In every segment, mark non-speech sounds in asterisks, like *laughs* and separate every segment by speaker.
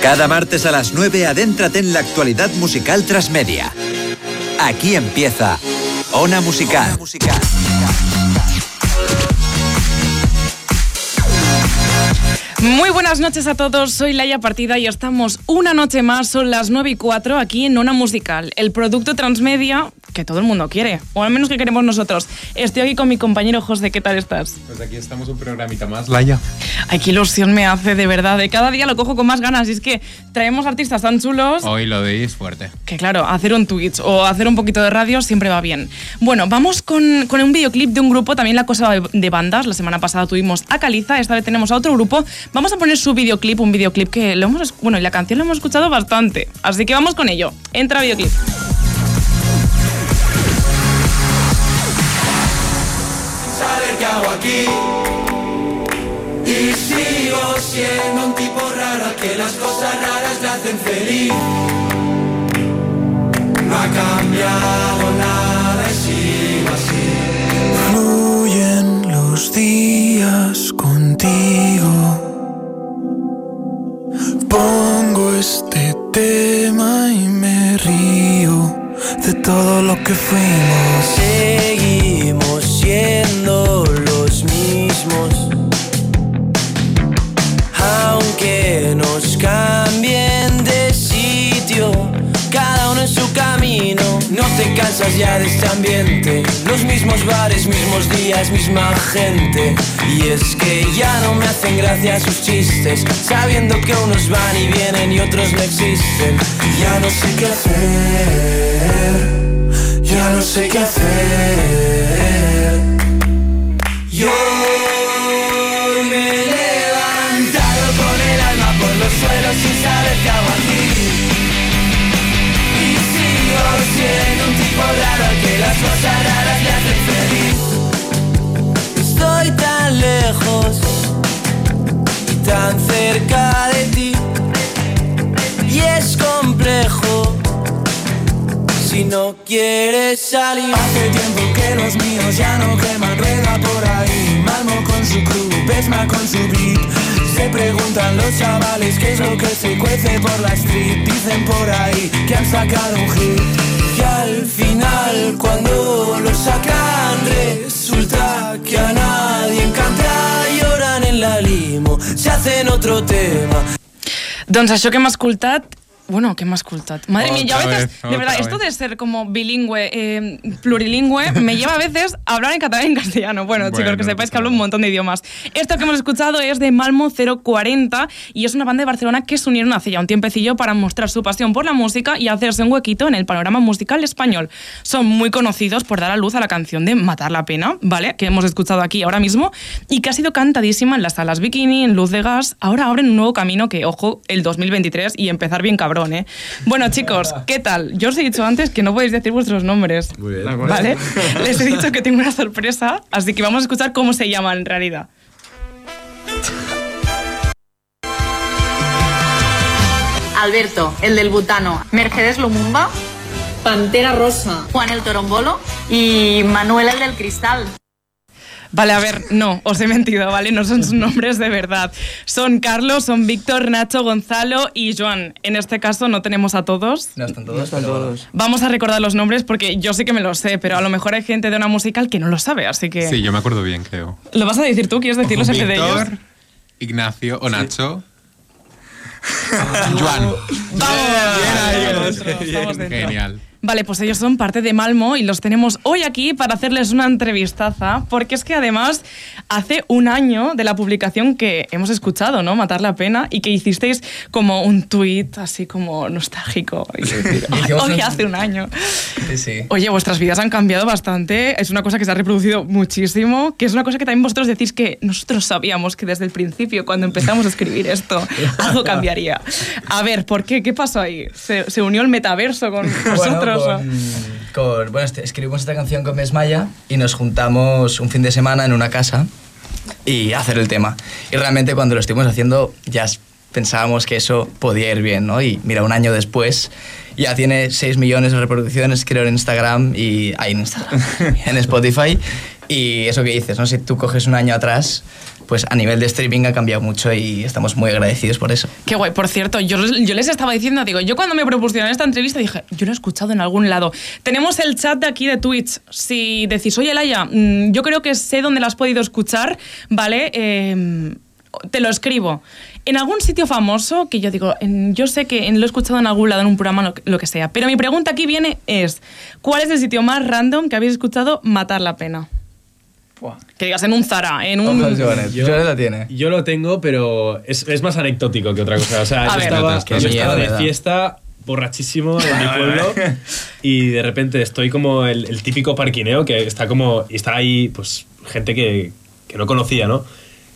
Speaker 1: Cada martes a las 9 adéntrate en la actualidad musical transmedia. Aquí empieza Ona Musical. Ona musical.
Speaker 2: Muy buenas noches a todos, soy Laia Partida y estamos una noche más, son las 9 y 4 aquí en Ona Musical, el producto transmedia que todo el mundo quiere, o al menos que queremos nosotros. Estoy aquí con mi compañero José, ¿qué tal estás?
Speaker 3: Pues aquí estamos un programita más, Laia.
Speaker 2: Ay, qué ilusión me hace, de verdad, de cada día lo cojo con más ganas y es que traemos artistas tan chulos
Speaker 3: Hoy lo deis fuerte.
Speaker 2: que claro, hacer un Twitch o hacer un poquito de radio siempre va bien. Bueno, vamos con, con un videoclip de un grupo, también la cosa de- de bandas. La semana pasada tuvimos a Caliza, esta vez tenemos a otro grupo. Vamos a poner su videoclip, un videoclip que lo hemos, es- bueno, y la canción lo hemos escuchado bastante. Así que vamos con ello. Entra videoclip.
Speaker 4: saber qué hago aquí. Y sigo siendo un tipo raro al que las cosas raras le hacen feliz. No ha cambiado nada y sigo así.
Speaker 5: Fluyen los días contigo. Pongo este tema y me río de todo lo que fuimos.
Speaker 6: Seguimos siendo los mismos, aunque nos cambien de sitio, cada uno en su camino. No te cansas ya de este ambiente, los mismos bares, mismos días, misma gente. Y es que ya no me hacen gracia sus chistes, sabiendo que unos van y vienen y otros no existen. Y ya no sé qué hacer.
Speaker 5: Ya no sé qué hacer.
Speaker 4: Yo me he levantado con el alma por los suelos sin saber qué hago aquí. Y sigo siendo un tipo raro al que las cosas raras le hacen feliz.
Speaker 6: Estoy tan lejos y tan cerca de ti. Y es complejo si no quieres salir.
Speaker 5: Hace tiempo que los míos ya no queman rueda por ahí. Malmo con su club, Pesma con su beat. Se preguntan los chavales qué es lo que se cuece por la street. Dicen por ahí que han sacado un hit.
Speaker 6: Y al final, cuando lo sacan, resulta que a nadie encanta. Lloran en la limo, se hacen otro tema.
Speaker 2: Doncs això que hem escoltat bueno, que m'ha escoltat. Madre mía, yo a
Speaker 3: Otra
Speaker 2: veces,
Speaker 3: vez,
Speaker 2: de
Speaker 3: otra
Speaker 2: verdad,
Speaker 3: vez.
Speaker 2: esto de ser como bilingüe, eh, plurilingüe, me lleva a veces a hablar en catalán y en castellano. Bueno,
Speaker 3: Bueno,
Speaker 2: chicos, que
Speaker 3: no
Speaker 2: sepáis
Speaker 3: pasa
Speaker 2: que hablo un
Speaker 3: nada.
Speaker 2: montón de idiomas. Esto que hemos escuchado es de Malmo 040 y es una banda de Barcelona que se unieron hace ya un tiempecillo para mostrar su pasión por la música y hacerse un huequito en el panorama musical español. Son muy conocidos por dar a luz a la canción de Matar la Pena, ¿vale? Que hemos escuchado aquí ahora mismo y que ha sido cantadísima en las salas bikini, en Luz de Gas. Ahora abren un nuevo camino que, ojo, el 2023 y empezar bien cabrón, ¿eh? Bueno, chicos, ¿qué tal? Yo os he dicho antes que no podéis decir vuestros nombres. Vale, les he dicho que tengo una sorpresa, así que vamos a escuchar cómo se llama en realidad.
Speaker 7: Alberto, el del Butano, Mercedes Lumumba, Pantera Rosa, Juan el Torombolo y Manuel el del Cristal.
Speaker 2: Vale, a ver, no, os he mentido, ¿vale? No son sus nombres de verdad. Son Carlos, son Víctor, Nacho, Gonzalo y Joan. En este caso no tenemos a todos.
Speaker 6: No están todos, están todos.
Speaker 2: Vamos a recordar los nombres porque yo sí que me los sé, pero a lo mejor hay gente de una musical que no lo sabe, así que...
Speaker 3: Sí, yo me acuerdo bien, creo.
Speaker 2: ¿Lo vas a decir tú? ¿Quieres decirlos en vez de ellos?
Speaker 3: Víctor, Ignacio o Nacho. Juan.
Speaker 2: ¡Vamos! Estamos dentro, estamos dentro.
Speaker 3: Genial.
Speaker 2: Vale, pues ellos son parte de Malmo y los tenemos hoy aquí para hacerles una entrevistaza, porque es que además hace un año de la publicación que hemos escuchado, ¿no? Matar la pena y que hicisteis como un tuit así como nostálgico. Y decir, "Ay, *laughs* hoy hace un año.
Speaker 6: Sí, sí.
Speaker 2: Oye, vuestras vidas han cambiado bastante, es una cosa que se ha reproducido muchísimo, que es una cosa que también vosotros decís que nosotros sabíamos que desde el principio, cuando empezamos a escribir esto, algo cambiaría. A ver, ¿por qué? ¿Qué pasó ahí? ¿Se, se unió el metaverso con vosotros? o?
Speaker 8: Bueno, con- con- bueno, este- escribimos esta canción con Mesmaya y nos juntamos un fin de semana en una casa y a hacer el tema. Y realmente cuando lo estuvimos haciendo ya s- pensábamos que eso podía ir bien, ¿no? Y mira, un año después ya tiene 6 millones de reproducciones, creo, en Instagram y... ahí en Instagram, en Spotify. Y eso que dices, ¿no? Si tú coges un año atrás, pues a nivel de streaming ha cambiado mucho y estamos muy agradecidos por eso.
Speaker 2: Qué guay, por cierto, yo, yo les estaba diciendo, digo, yo cuando me propusieron esta entrevista dije, yo lo he escuchado en algún lado. Tenemos el chat de aquí de Twitch. Si decís, oye, Laia, mm, yo creo que sé dónde la has podido escuchar, ¿vale? Eh, te lo escribo. En algún sitio famoso, que yo digo, en- yo sé que en- lo he escuchado en algún lado, en un programa, lo, que- lo que sea. Pero mi pregunta aquí viene es, ¿cuál es el sitio más random que habéis escuchado matar la pena? Que digas, en un Zara, en un...
Speaker 8: Ojo, Joanes.
Speaker 9: Yo-
Speaker 8: Joanes lo tiene.
Speaker 9: Yo lo tengo, pero es, es más anecdótico que otra cosa. O sea,
Speaker 2: *laughs* A
Speaker 9: yo
Speaker 2: ver.
Speaker 9: estaba,
Speaker 3: Qué
Speaker 9: yo estaba
Speaker 8: miedo,
Speaker 9: de
Speaker 8: ¿verdad?
Speaker 9: fiesta borrachísimo en mi pueblo y de repente estoy como el, el típico parquineo que está como y está ahí pues gente que, que no conocía, ¿no?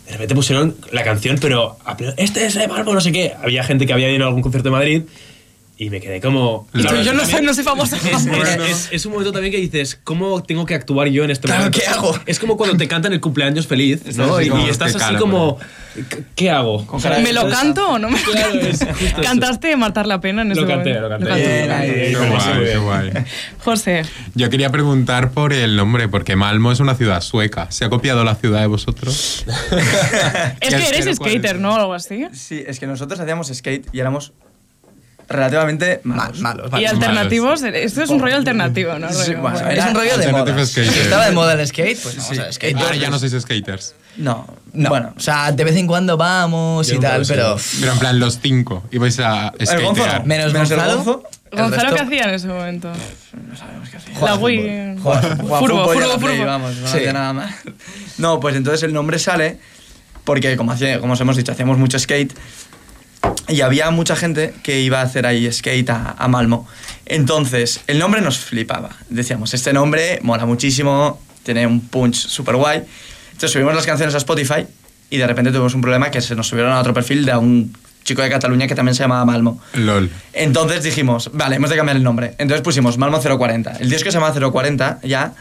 Speaker 9: De repente pusieron la canción, pero a pl- este es de Marmo, no sé qué. Había gente que había ido a algún concierto de Madrid y me quedé como.
Speaker 3: La
Speaker 2: Yo no sé, no soy famosa.
Speaker 9: Es,
Speaker 3: Bueno.
Speaker 9: es- es un momento también que dices, ¿cómo tengo que actuar yo en este
Speaker 8: Claro,
Speaker 9: momento?
Speaker 8: ¿qué hago?
Speaker 9: Es como cuando te cantan el cumpleaños feliz, ¿no?
Speaker 3: así
Speaker 9: Y,
Speaker 3: como,
Speaker 9: y estás
Speaker 3: qué
Speaker 9: así
Speaker 3: cara,
Speaker 9: como, ¿qué- ¿qué hago?
Speaker 2: ¿Me lo canto o no me lo
Speaker 9: Claro,
Speaker 2: canto?
Speaker 9: es justo eso.
Speaker 2: ¿Cantaste Matar la Pena en ese
Speaker 9: Lo canté,
Speaker 2: momento?
Speaker 9: lo canté.
Speaker 2: cantaste.
Speaker 9: Bien, ahí, ahí,
Speaker 3: Qué
Speaker 9: pero sí,
Speaker 3: guay,
Speaker 9: bien.
Speaker 3: qué guay.
Speaker 2: José,
Speaker 3: Yo quería preguntar por el nombre, porque Malmo es una ciudad sueca. ¿Se ha copiado la ciudad de vosotros?
Speaker 2: es
Speaker 3: Ya
Speaker 2: que
Speaker 3: espero
Speaker 2: eres
Speaker 3: cuál
Speaker 2: skater,
Speaker 3: es.
Speaker 2: ¿no? O algo así.
Speaker 10: Sí, es que nosotros hacíamos skate y éramos relativamente
Speaker 8: Ma-
Speaker 10: malos.
Speaker 8: malos,
Speaker 2: Y
Speaker 8: malos.
Speaker 2: alternativos, esto es un rollo alternativo, ¿no?
Speaker 10: Sí,
Speaker 2: Rollo,
Speaker 10: bueno,
Speaker 2: bueno.
Speaker 8: Es un rollo de
Speaker 3: Alternative
Speaker 8: moda.
Speaker 3: skater.
Speaker 8: Si estaba de moda el skate, pues vamos
Speaker 10: Sí.
Speaker 8: a skate.
Speaker 3: Ahora ya no sois skaters.
Speaker 10: No,
Speaker 8: No,
Speaker 10: bueno.
Speaker 8: o sea, de vez en cuando vamos
Speaker 9: Yo
Speaker 8: y
Speaker 9: nunca lo
Speaker 8: tal,
Speaker 9: he sido.
Speaker 8: pero...
Speaker 3: Pero en plan, los cinco. Ibais a
Speaker 10: El Gonzo no.
Speaker 3: skatear.
Speaker 8: Menos
Speaker 10: Menos el
Speaker 8: Gonzalo.
Speaker 10: Gonzo.
Speaker 8: el
Speaker 2: Gonzalo,
Speaker 8: resto-
Speaker 2: ¿qué hacía en ese momento?
Speaker 8: Juega
Speaker 2: La
Speaker 8: al
Speaker 2: Wii.
Speaker 8: fútbol. Juega-
Speaker 10: Juega
Speaker 2: Furbo,
Speaker 10: fútbol y a la
Speaker 2: furbo,
Speaker 10: Play,
Speaker 2: furbo.
Speaker 10: vamos, no
Speaker 8: Sí.
Speaker 10: hacía nada más. No, pues entonces el nombre sale porque, como, hacía- como os hemos dicho, hacíamos mucho skate y había mucha gente que iba a hacer ahí skate a, a Malmo. Entonces, el nombre nos flipaba. Decíamos, este nombre mola muchísimo, tiene un punch súper guay. Entonces subimos las canciones a Spotify y de repente tuvimos un problema que se nos subieron a otro perfil de un chico de Cataluña que también se llamaba Malmo.
Speaker 3: LOL.
Speaker 10: Entonces dijimos, vale, hemos de cambiar el nombre. Entonces pusimos Malmo 040. El disco se llama 040 ya,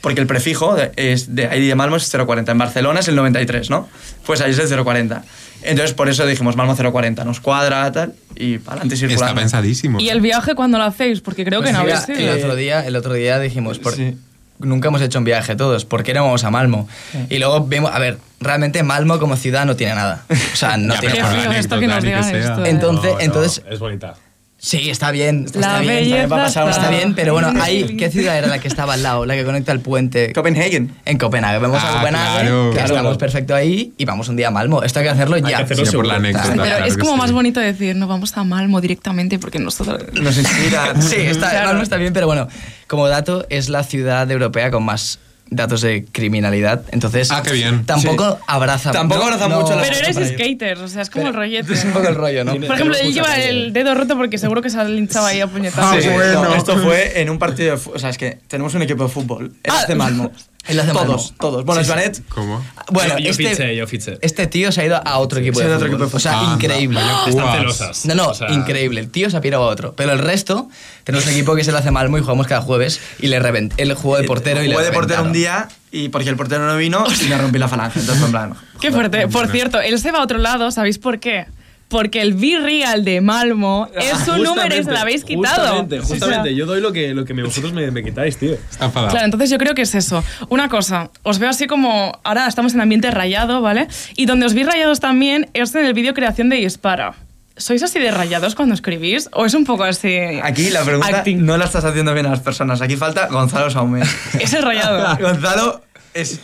Speaker 10: porque el prefijo de- es de ahí de Malmo es 040. En Barcelona es el 93, ¿no? Pues ahí es el 040. Entonces por eso dijimos Malmo 040. Nos cuadra, tal, y para adelante
Speaker 3: Está
Speaker 10: circulando.
Speaker 3: pensadísimo.
Speaker 2: ¿Y el viaje cuándo lo hacéis? Porque creo que no habéis
Speaker 8: Pues Mira,
Speaker 2: sido.
Speaker 8: el otro día, el otro día dijimos, por-
Speaker 10: Sí.
Speaker 8: nunca hemos hecho un viaje todos, ¿por qué no vamos a Malmo? Y luego vimos, a ver, realmente Malmo como ciudad no tiene nada. O sea,
Speaker 3: *laughs*
Speaker 8: no
Speaker 3: Ya, pero
Speaker 8: tiene
Speaker 3: por
Speaker 2: Qué
Speaker 3: la
Speaker 2: feo esto que
Speaker 3: anécdota,
Speaker 2: nos
Speaker 3: ni que
Speaker 2: digan
Speaker 3: sea.
Speaker 2: esto. ¿eh?
Speaker 8: Entonces- entonces-
Speaker 9: es bonita.
Speaker 8: Sí, está bien. Está
Speaker 2: La
Speaker 8: bien,
Speaker 2: belleza
Speaker 8: está bien,
Speaker 2: está-
Speaker 8: está bien, pero bueno, hay, ¿qué ciudad era la que estaba al lado, la que conecta el puente?
Speaker 10: Copenhagen.
Speaker 8: En Copenhague, vamos
Speaker 3: Ah,
Speaker 8: a Copenhague,
Speaker 3: claro.
Speaker 8: que
Speaker 3: Claro.
Speaker 8: estamos perfecto ahí y vamos un día a Malmo. Esto hay que hacerlo ya.
Speaker 9: que hacerlo
Speaker 3: Ya por la anécdota.
Speaker 2: Pero
Speaker 3: claro
Speaker 2: es
Speaker 3: que
Speaker 2: como
Speaker 3: sí.
Speaker 2: más bonito decir, no vamos a Malmo directamente porque nosotros.
Speaker 10: Nos inspira.
Speaker 8: *laughs* Sí, está, Malmo está bien, pero bueno, como dato, es la ciudad europea con más datos de criminalidad, entonces
Speaker 3: Ah, qué bien.
Speaker 8: tampoco
Speaker 10: Sí.
Speaker 8: abraza
Speaker 10: Tampoco abraza mucho la-
Speaker 2: Pero eres
Speaker 10: para ir.
Speaker 2: skaters, o sea, es como el rollete.
Speaker 8: Es un poco el rollo, ¿no?
Speaker 2: Por ejemplo, él lleva el dedo roto porque seguro que se ha linchado ahí a puñetazos.
Speaker 10: Sí, no, esto fue en un partido de fútbol. O sea, es que tenemos un equipo de fútbol. El
Speaker 2: Ah.
Speaker 8: *laughs*
Speaker 10: AC Malmo.
Speaker 8: El AC Malmo.
Speaker 10: Todos, todos. Bueno,
Speaker 8: Sí, sí.
Speaker 10: Svanet.
Speaker 3: ¿Cómo?
Speaker 8: Bueno,
Speaker 9: yo, yo
Speaker 8: este,
Speaker 9: fiché, yo fiché.
Speaker 8: este tío se ha ido a otro equipo,
Speaker 10: se ha
Speaker 8: de,
Speaker 10: ido a otro
Speaker 8: fútbol.
Speaker 10: equipo de
Speaker 8: O sea,
Speaker 3: Anda,
Speaker 8: increíble.
Speaker 3: vaya
Speaker 9: Están
Speaker 3: cubas.
Speaker 9: celosas.
Speaker 8: No, no,
Speaker 9: O sea,
Speaker 8: increíble. El tío se ha pirado a otro. Pero el resto, tenemos un equipo que se le hace Malmo y jugamos cada jueves y le revent... Él jugó de portero y le
Speaker 10: Jugué de portero
Speaker 8: reventaron.
Speaker 10: un día y porque el portero no vino y me rompí la falange. Entonces, fue en plan.
Speaker 2: Qué fuerte. Por cierto, él se va a otro lado, ¿sabéis por qué? Porque el B-Real de Malmo
Speaker 8: Ah,
Speaker 2: es su número y se lo habéis quitado.
Speaker 9: Justamente, justamente.
Speaker 2: O sea,
Speaker 9: Yo doy lo que, lo que me- vosotros me, me quitáis, tío.
Speaker 3: Está enfadado.
Speaker 2: Claro, entonces yo creo que es eso. Una cosa, os veo así como. Ahora estamos en ambiente rayado, ¿vale? Y donde os vi rayados también es en el vídeo creación de Dispara. ¿Sois así de rayados cuando escribís? ¿O es un poco así.?
Speaker 10: *laughs* Aquí la pregunta
Speaker 2: acting?
Speaker 10: no la estás haciendo bien a las personas. Aquí falta
Speaker 2: *laughs*
Speaker 10: Gonzalo Saume.
Speaker 2: Es el rayado.
Speaker 10: *laughs* Gonzalo es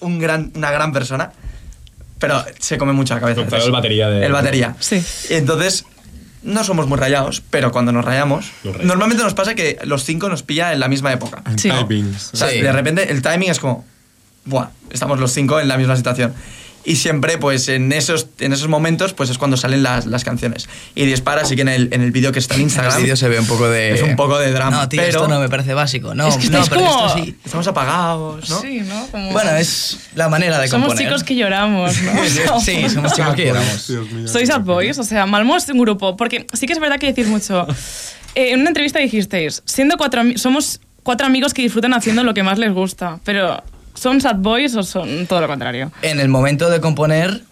Speaker 10: un gran, una gran persona, pero se come mucha cabeza.
Speaker 9: Gonzalo, el batería de-
Speaker 10: El batería.
Speaker 2: Sí.
Speaker 10: Entonces, no somos muy rayados, pero cuando nos rayamos,
Speaker 9: Nos rayamos.
Speaker 10: normalmente nos pasa que los cinco nos pilla en la misma época.
Speaker 3: En
Speaker 2: Sí.
Speaker 3: Typings.
Speaker 10: O sea,
Speaker 8: Sí.
Speaker 10: de repente el timing es como, buah, estamos los cinco en la misma situación. Y siempre, pues en esos, en esos momentos, pues es cuando salen las, las canciones. Y dispara, así que en el, en el vídeo que está en
Speaker 8: En
Speaker 10: Instagram.
Speaker 8: el vídeo se ve un poco de...
Speaker 10: Es un poco de drama,
Speaker 8: No, tío,
Speaker 10: pero-
Speaker 8: esto no me parece básico. No,
Speaker 2: Es que
Speaker 8: no,
Speaker 2: estáis
Speaker 8: pero
Speaker 2: como-
Speaker 8: esto sí.
Speaker 10: Estamos apagados, ¿no?
Speaker 2: Sí, ¿no? Como-
Speaker 8: Bueno, es la manera de
Speaker 2: Somos
Speaker 8: componer.
Speaker 2: chicos que lloramos, ¿no? O sea, *laughs*
Speaker 8: Sí, somos chicos que lloramos.
Speaker 3: Dios mío.
Speaker 2: Sois Sad Boys, o sea, Malmo es un grupo, porque sí que es verdad que
Speaker 3: *laughs*
Speaker 2: decís mucho. Eh, en una entrevista dijisteis, siendo cuatro ami- somos cuatro amigos que disfrutan haciendo lo que más les gusta, pero ¿son Sad Boys o son todo lo contrario?
Speaker 8: En el momento de componer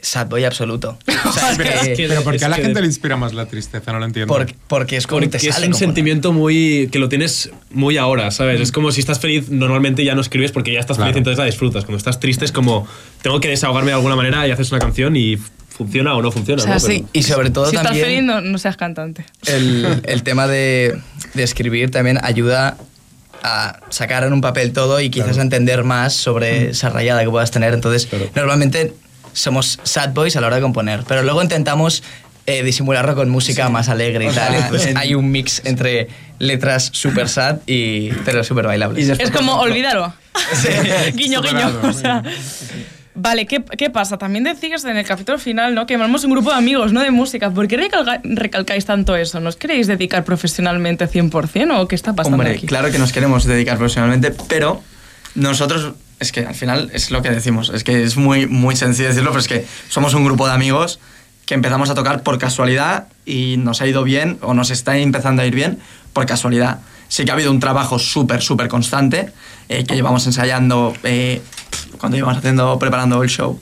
Speaker 8: sad boy absoluto. O
Speaker 9: *laughs*
Speaker 8: sea, es que-
Speaker 3: Pero ¿por qué a la
Speaker 9: es que-
Speaker 3: gente le inspira más la tristeza? No lo entiendo.
Speaker 8: por- porque es como
Speaker 9: Porque
Speaker 8: te
Speaker 9: es
Speaker 8: sale
Speaker 9: un
Speaker 8: como-
Speaker 9: sentimiento muy que lo tienes muy ahora, ¿sabes? Es como si estás feliz, normalmente ya no escribes porque ya estás
Speaker 3: Claro.
Speaker 9: feliz, entonces la disfrutas. Cuando estás triste es como tengo que desahogarme de alguna manera y haces una canción y funciona o no funciona.
Speaker 2: O sea,
Speaker 9: ¿no?
Speaker 2: sí.
Speaker 9: Pero-
Speaker 8: Y sobre todo
Speaker 2: si estás
Speaker 8: también...
Speaker 2: feliz, no, no
Speaker 3: *laughs*
Speaker 2: seas cantante.
Speaker 8: el, el tema de, de escribir también ayuda a sacar en un papel todo y quizás a entender más
Speaker 10: Mm.
Speaker 8: sobre esa rayada que puedas tener. Entonces,
Speaker 9: Claro.
Speaker 8: normalmente somos sad boys a la hora de componer, pero luego intentamos eh, disimularlo con música más alegre y
Speaker 10: O sea,
Speaker 8: tal. Entonces,
Speaker 10: en-
Speaker 8: hay un mix entre letras super sad y pero super bailables.
Speaker 10: Y después-
Speaker 2: Es
Speaker 10: por
Speaker 2: como,
Speaker 3: *laughs*
Speaker 10: ejemplo-
Speaker 2: olvídalo. *laughs* guiño, guiño.
Speaker 3: Superado,
Speaker 2: O sea, Vale, ¿qué, qué pasa? También decís en el capítulo final, ¿no? Que formamos un grupo de amigos, no de música. ¿Por qué recalga- recalcáis tanto eso? ¿Nos queréis dedicar profesionalmente 100% o qué está pasando
Speaker 10: Hombre,
Speaker 2: aquí?
Speaker 10: claro que nos queremos dedicar profesionalmente, pero nosotros, es que al final es lo que decimos, es que es muy, muy sencillo decirlo, pero es que somos un grupo de amigos que empezamos a tocar por casualidad y nos ha ido bien o nos está empezando a ir bien por casualidad. Sí que ha habido un trabajo súper, súper constante eh, que llevamos ensayando eh, cuando llevamos haciendo, preparando el show,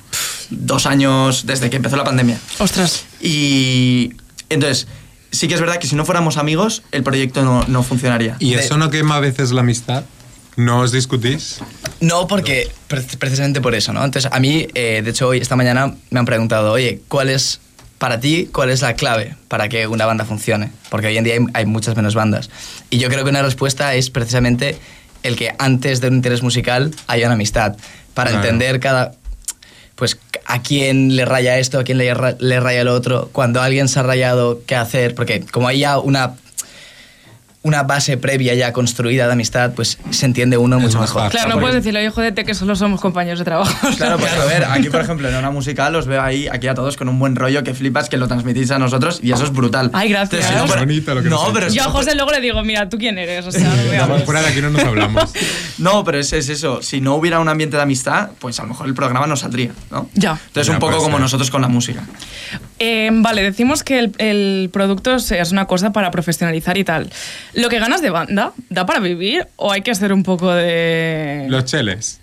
Speaker 10: dos años desde que empezó la pandemia.
Speaker 2: Ostras.
Speaker 10: Y entonces, sí que es verdad que si no fuéramos amigos, el proyecto no, no funcionaría.
Speaker 3: ¿Y
Speaker 8: de-
Speaker 3: eso no quema a veces la amistad? ¿No os discutís?
Speaker 8: No, porque pre- precisamente por eso, ¿no? Entonces, a mí, eh, de hecho, hoy, esta mañana me han preguntado, oye, ¿cuál es, para ti, cuál es la clave para que una banda funcione? Porque hoy en día hay, hay muchas menos bandas. Y yo creo que una respuesta es precisamente el que antes de un interés musical haya una amistad, para
Speaker 3: Claro.
Speaker 8: entender cada... Pues a quién le raya esto, a quién le, ra- le raya el otro, cuando alguien se ha rayado, qué hacer, porque como hay ya una, una base previa ya construida de amistad, pues se entiende uno
Speaker 3: Es
Speaker 8: mucho
Speaker 3: más
Speaker 8: mejor.
Speaker 3: fácil.
Speaker 2: Claro, no
Speaker 3: porque-
Speaker 2: puedes decirle, oye, jódete, que solo somos compañeros de trabajo. O sea,
Speaker 10: Ah, *laughs* Claro, porque a ver,
Speaker 2: *laughs*
Speaker 10: aquí por ejemplo en una musical os veo ahí, aquí a todos con un buen rollo que flipas, que lo transmitís a nosotros y eso es brutal.
Speaker 2: Ay, gracias.
Speaker 10: Entonces, si no,
Speaker 2: Es
Speaker 10: pero-
Speaker 3: bonito lo que
Speaker 10: no,
Speaker 3: nos
Speaker 10: pero, es-
Speaker 2: Yo a José luego le digo, mira, ¿tú quién eres? O sea,
Speaker 3: Estamos
Speaker 2: veamos.
Speaker 3: fuera de aquí no nos
Speaker 2: *laughs*
Speaker 3: hablamos.
Speaker 10: no, pero es, es eso. Si no hubiera un ambiente de amistad, pues a lo mejor el programa no saldría, ¿no?
Speaker 2: Ya.
Speaker 10: Entonces
Speaker 3: Ya,
Speaker 10: un poco
Speaker 3: puede
Speaker 10: como
Speaker 3: ser.
Speaker 10: nosotros con la música.
Speaker 2: Eh, vale, decimos que el, el producto es- es una cosa para profesionalizar y tal. ¿Lo que ganas de banda da para vivir o hay que hacer un poco de...
Speaker 3: Los cheles.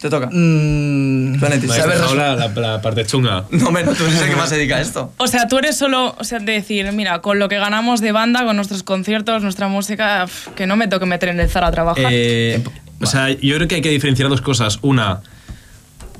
Speaker 10: Te toca.
Speaker 8: Mm,
Speaker 10: Planeta,
Speaker 9: Me habéis
Speaker 10: ¿sabes?
Speaker 9: dejado la, la- la parte chunga.
Speaker 10: No, menos tú eres el que más se dedica a esto.
Speaker 2: O sea, tú eres solo, o sea, de decir, mira, con lo que ganamos de banda, con nuestros conciertos, nuestra música, pf, que no me toque meter en el Zara a trabajar.
Speaker 9: Eh, o sea, yo creo que hay que diferenciar dos cosas. Una,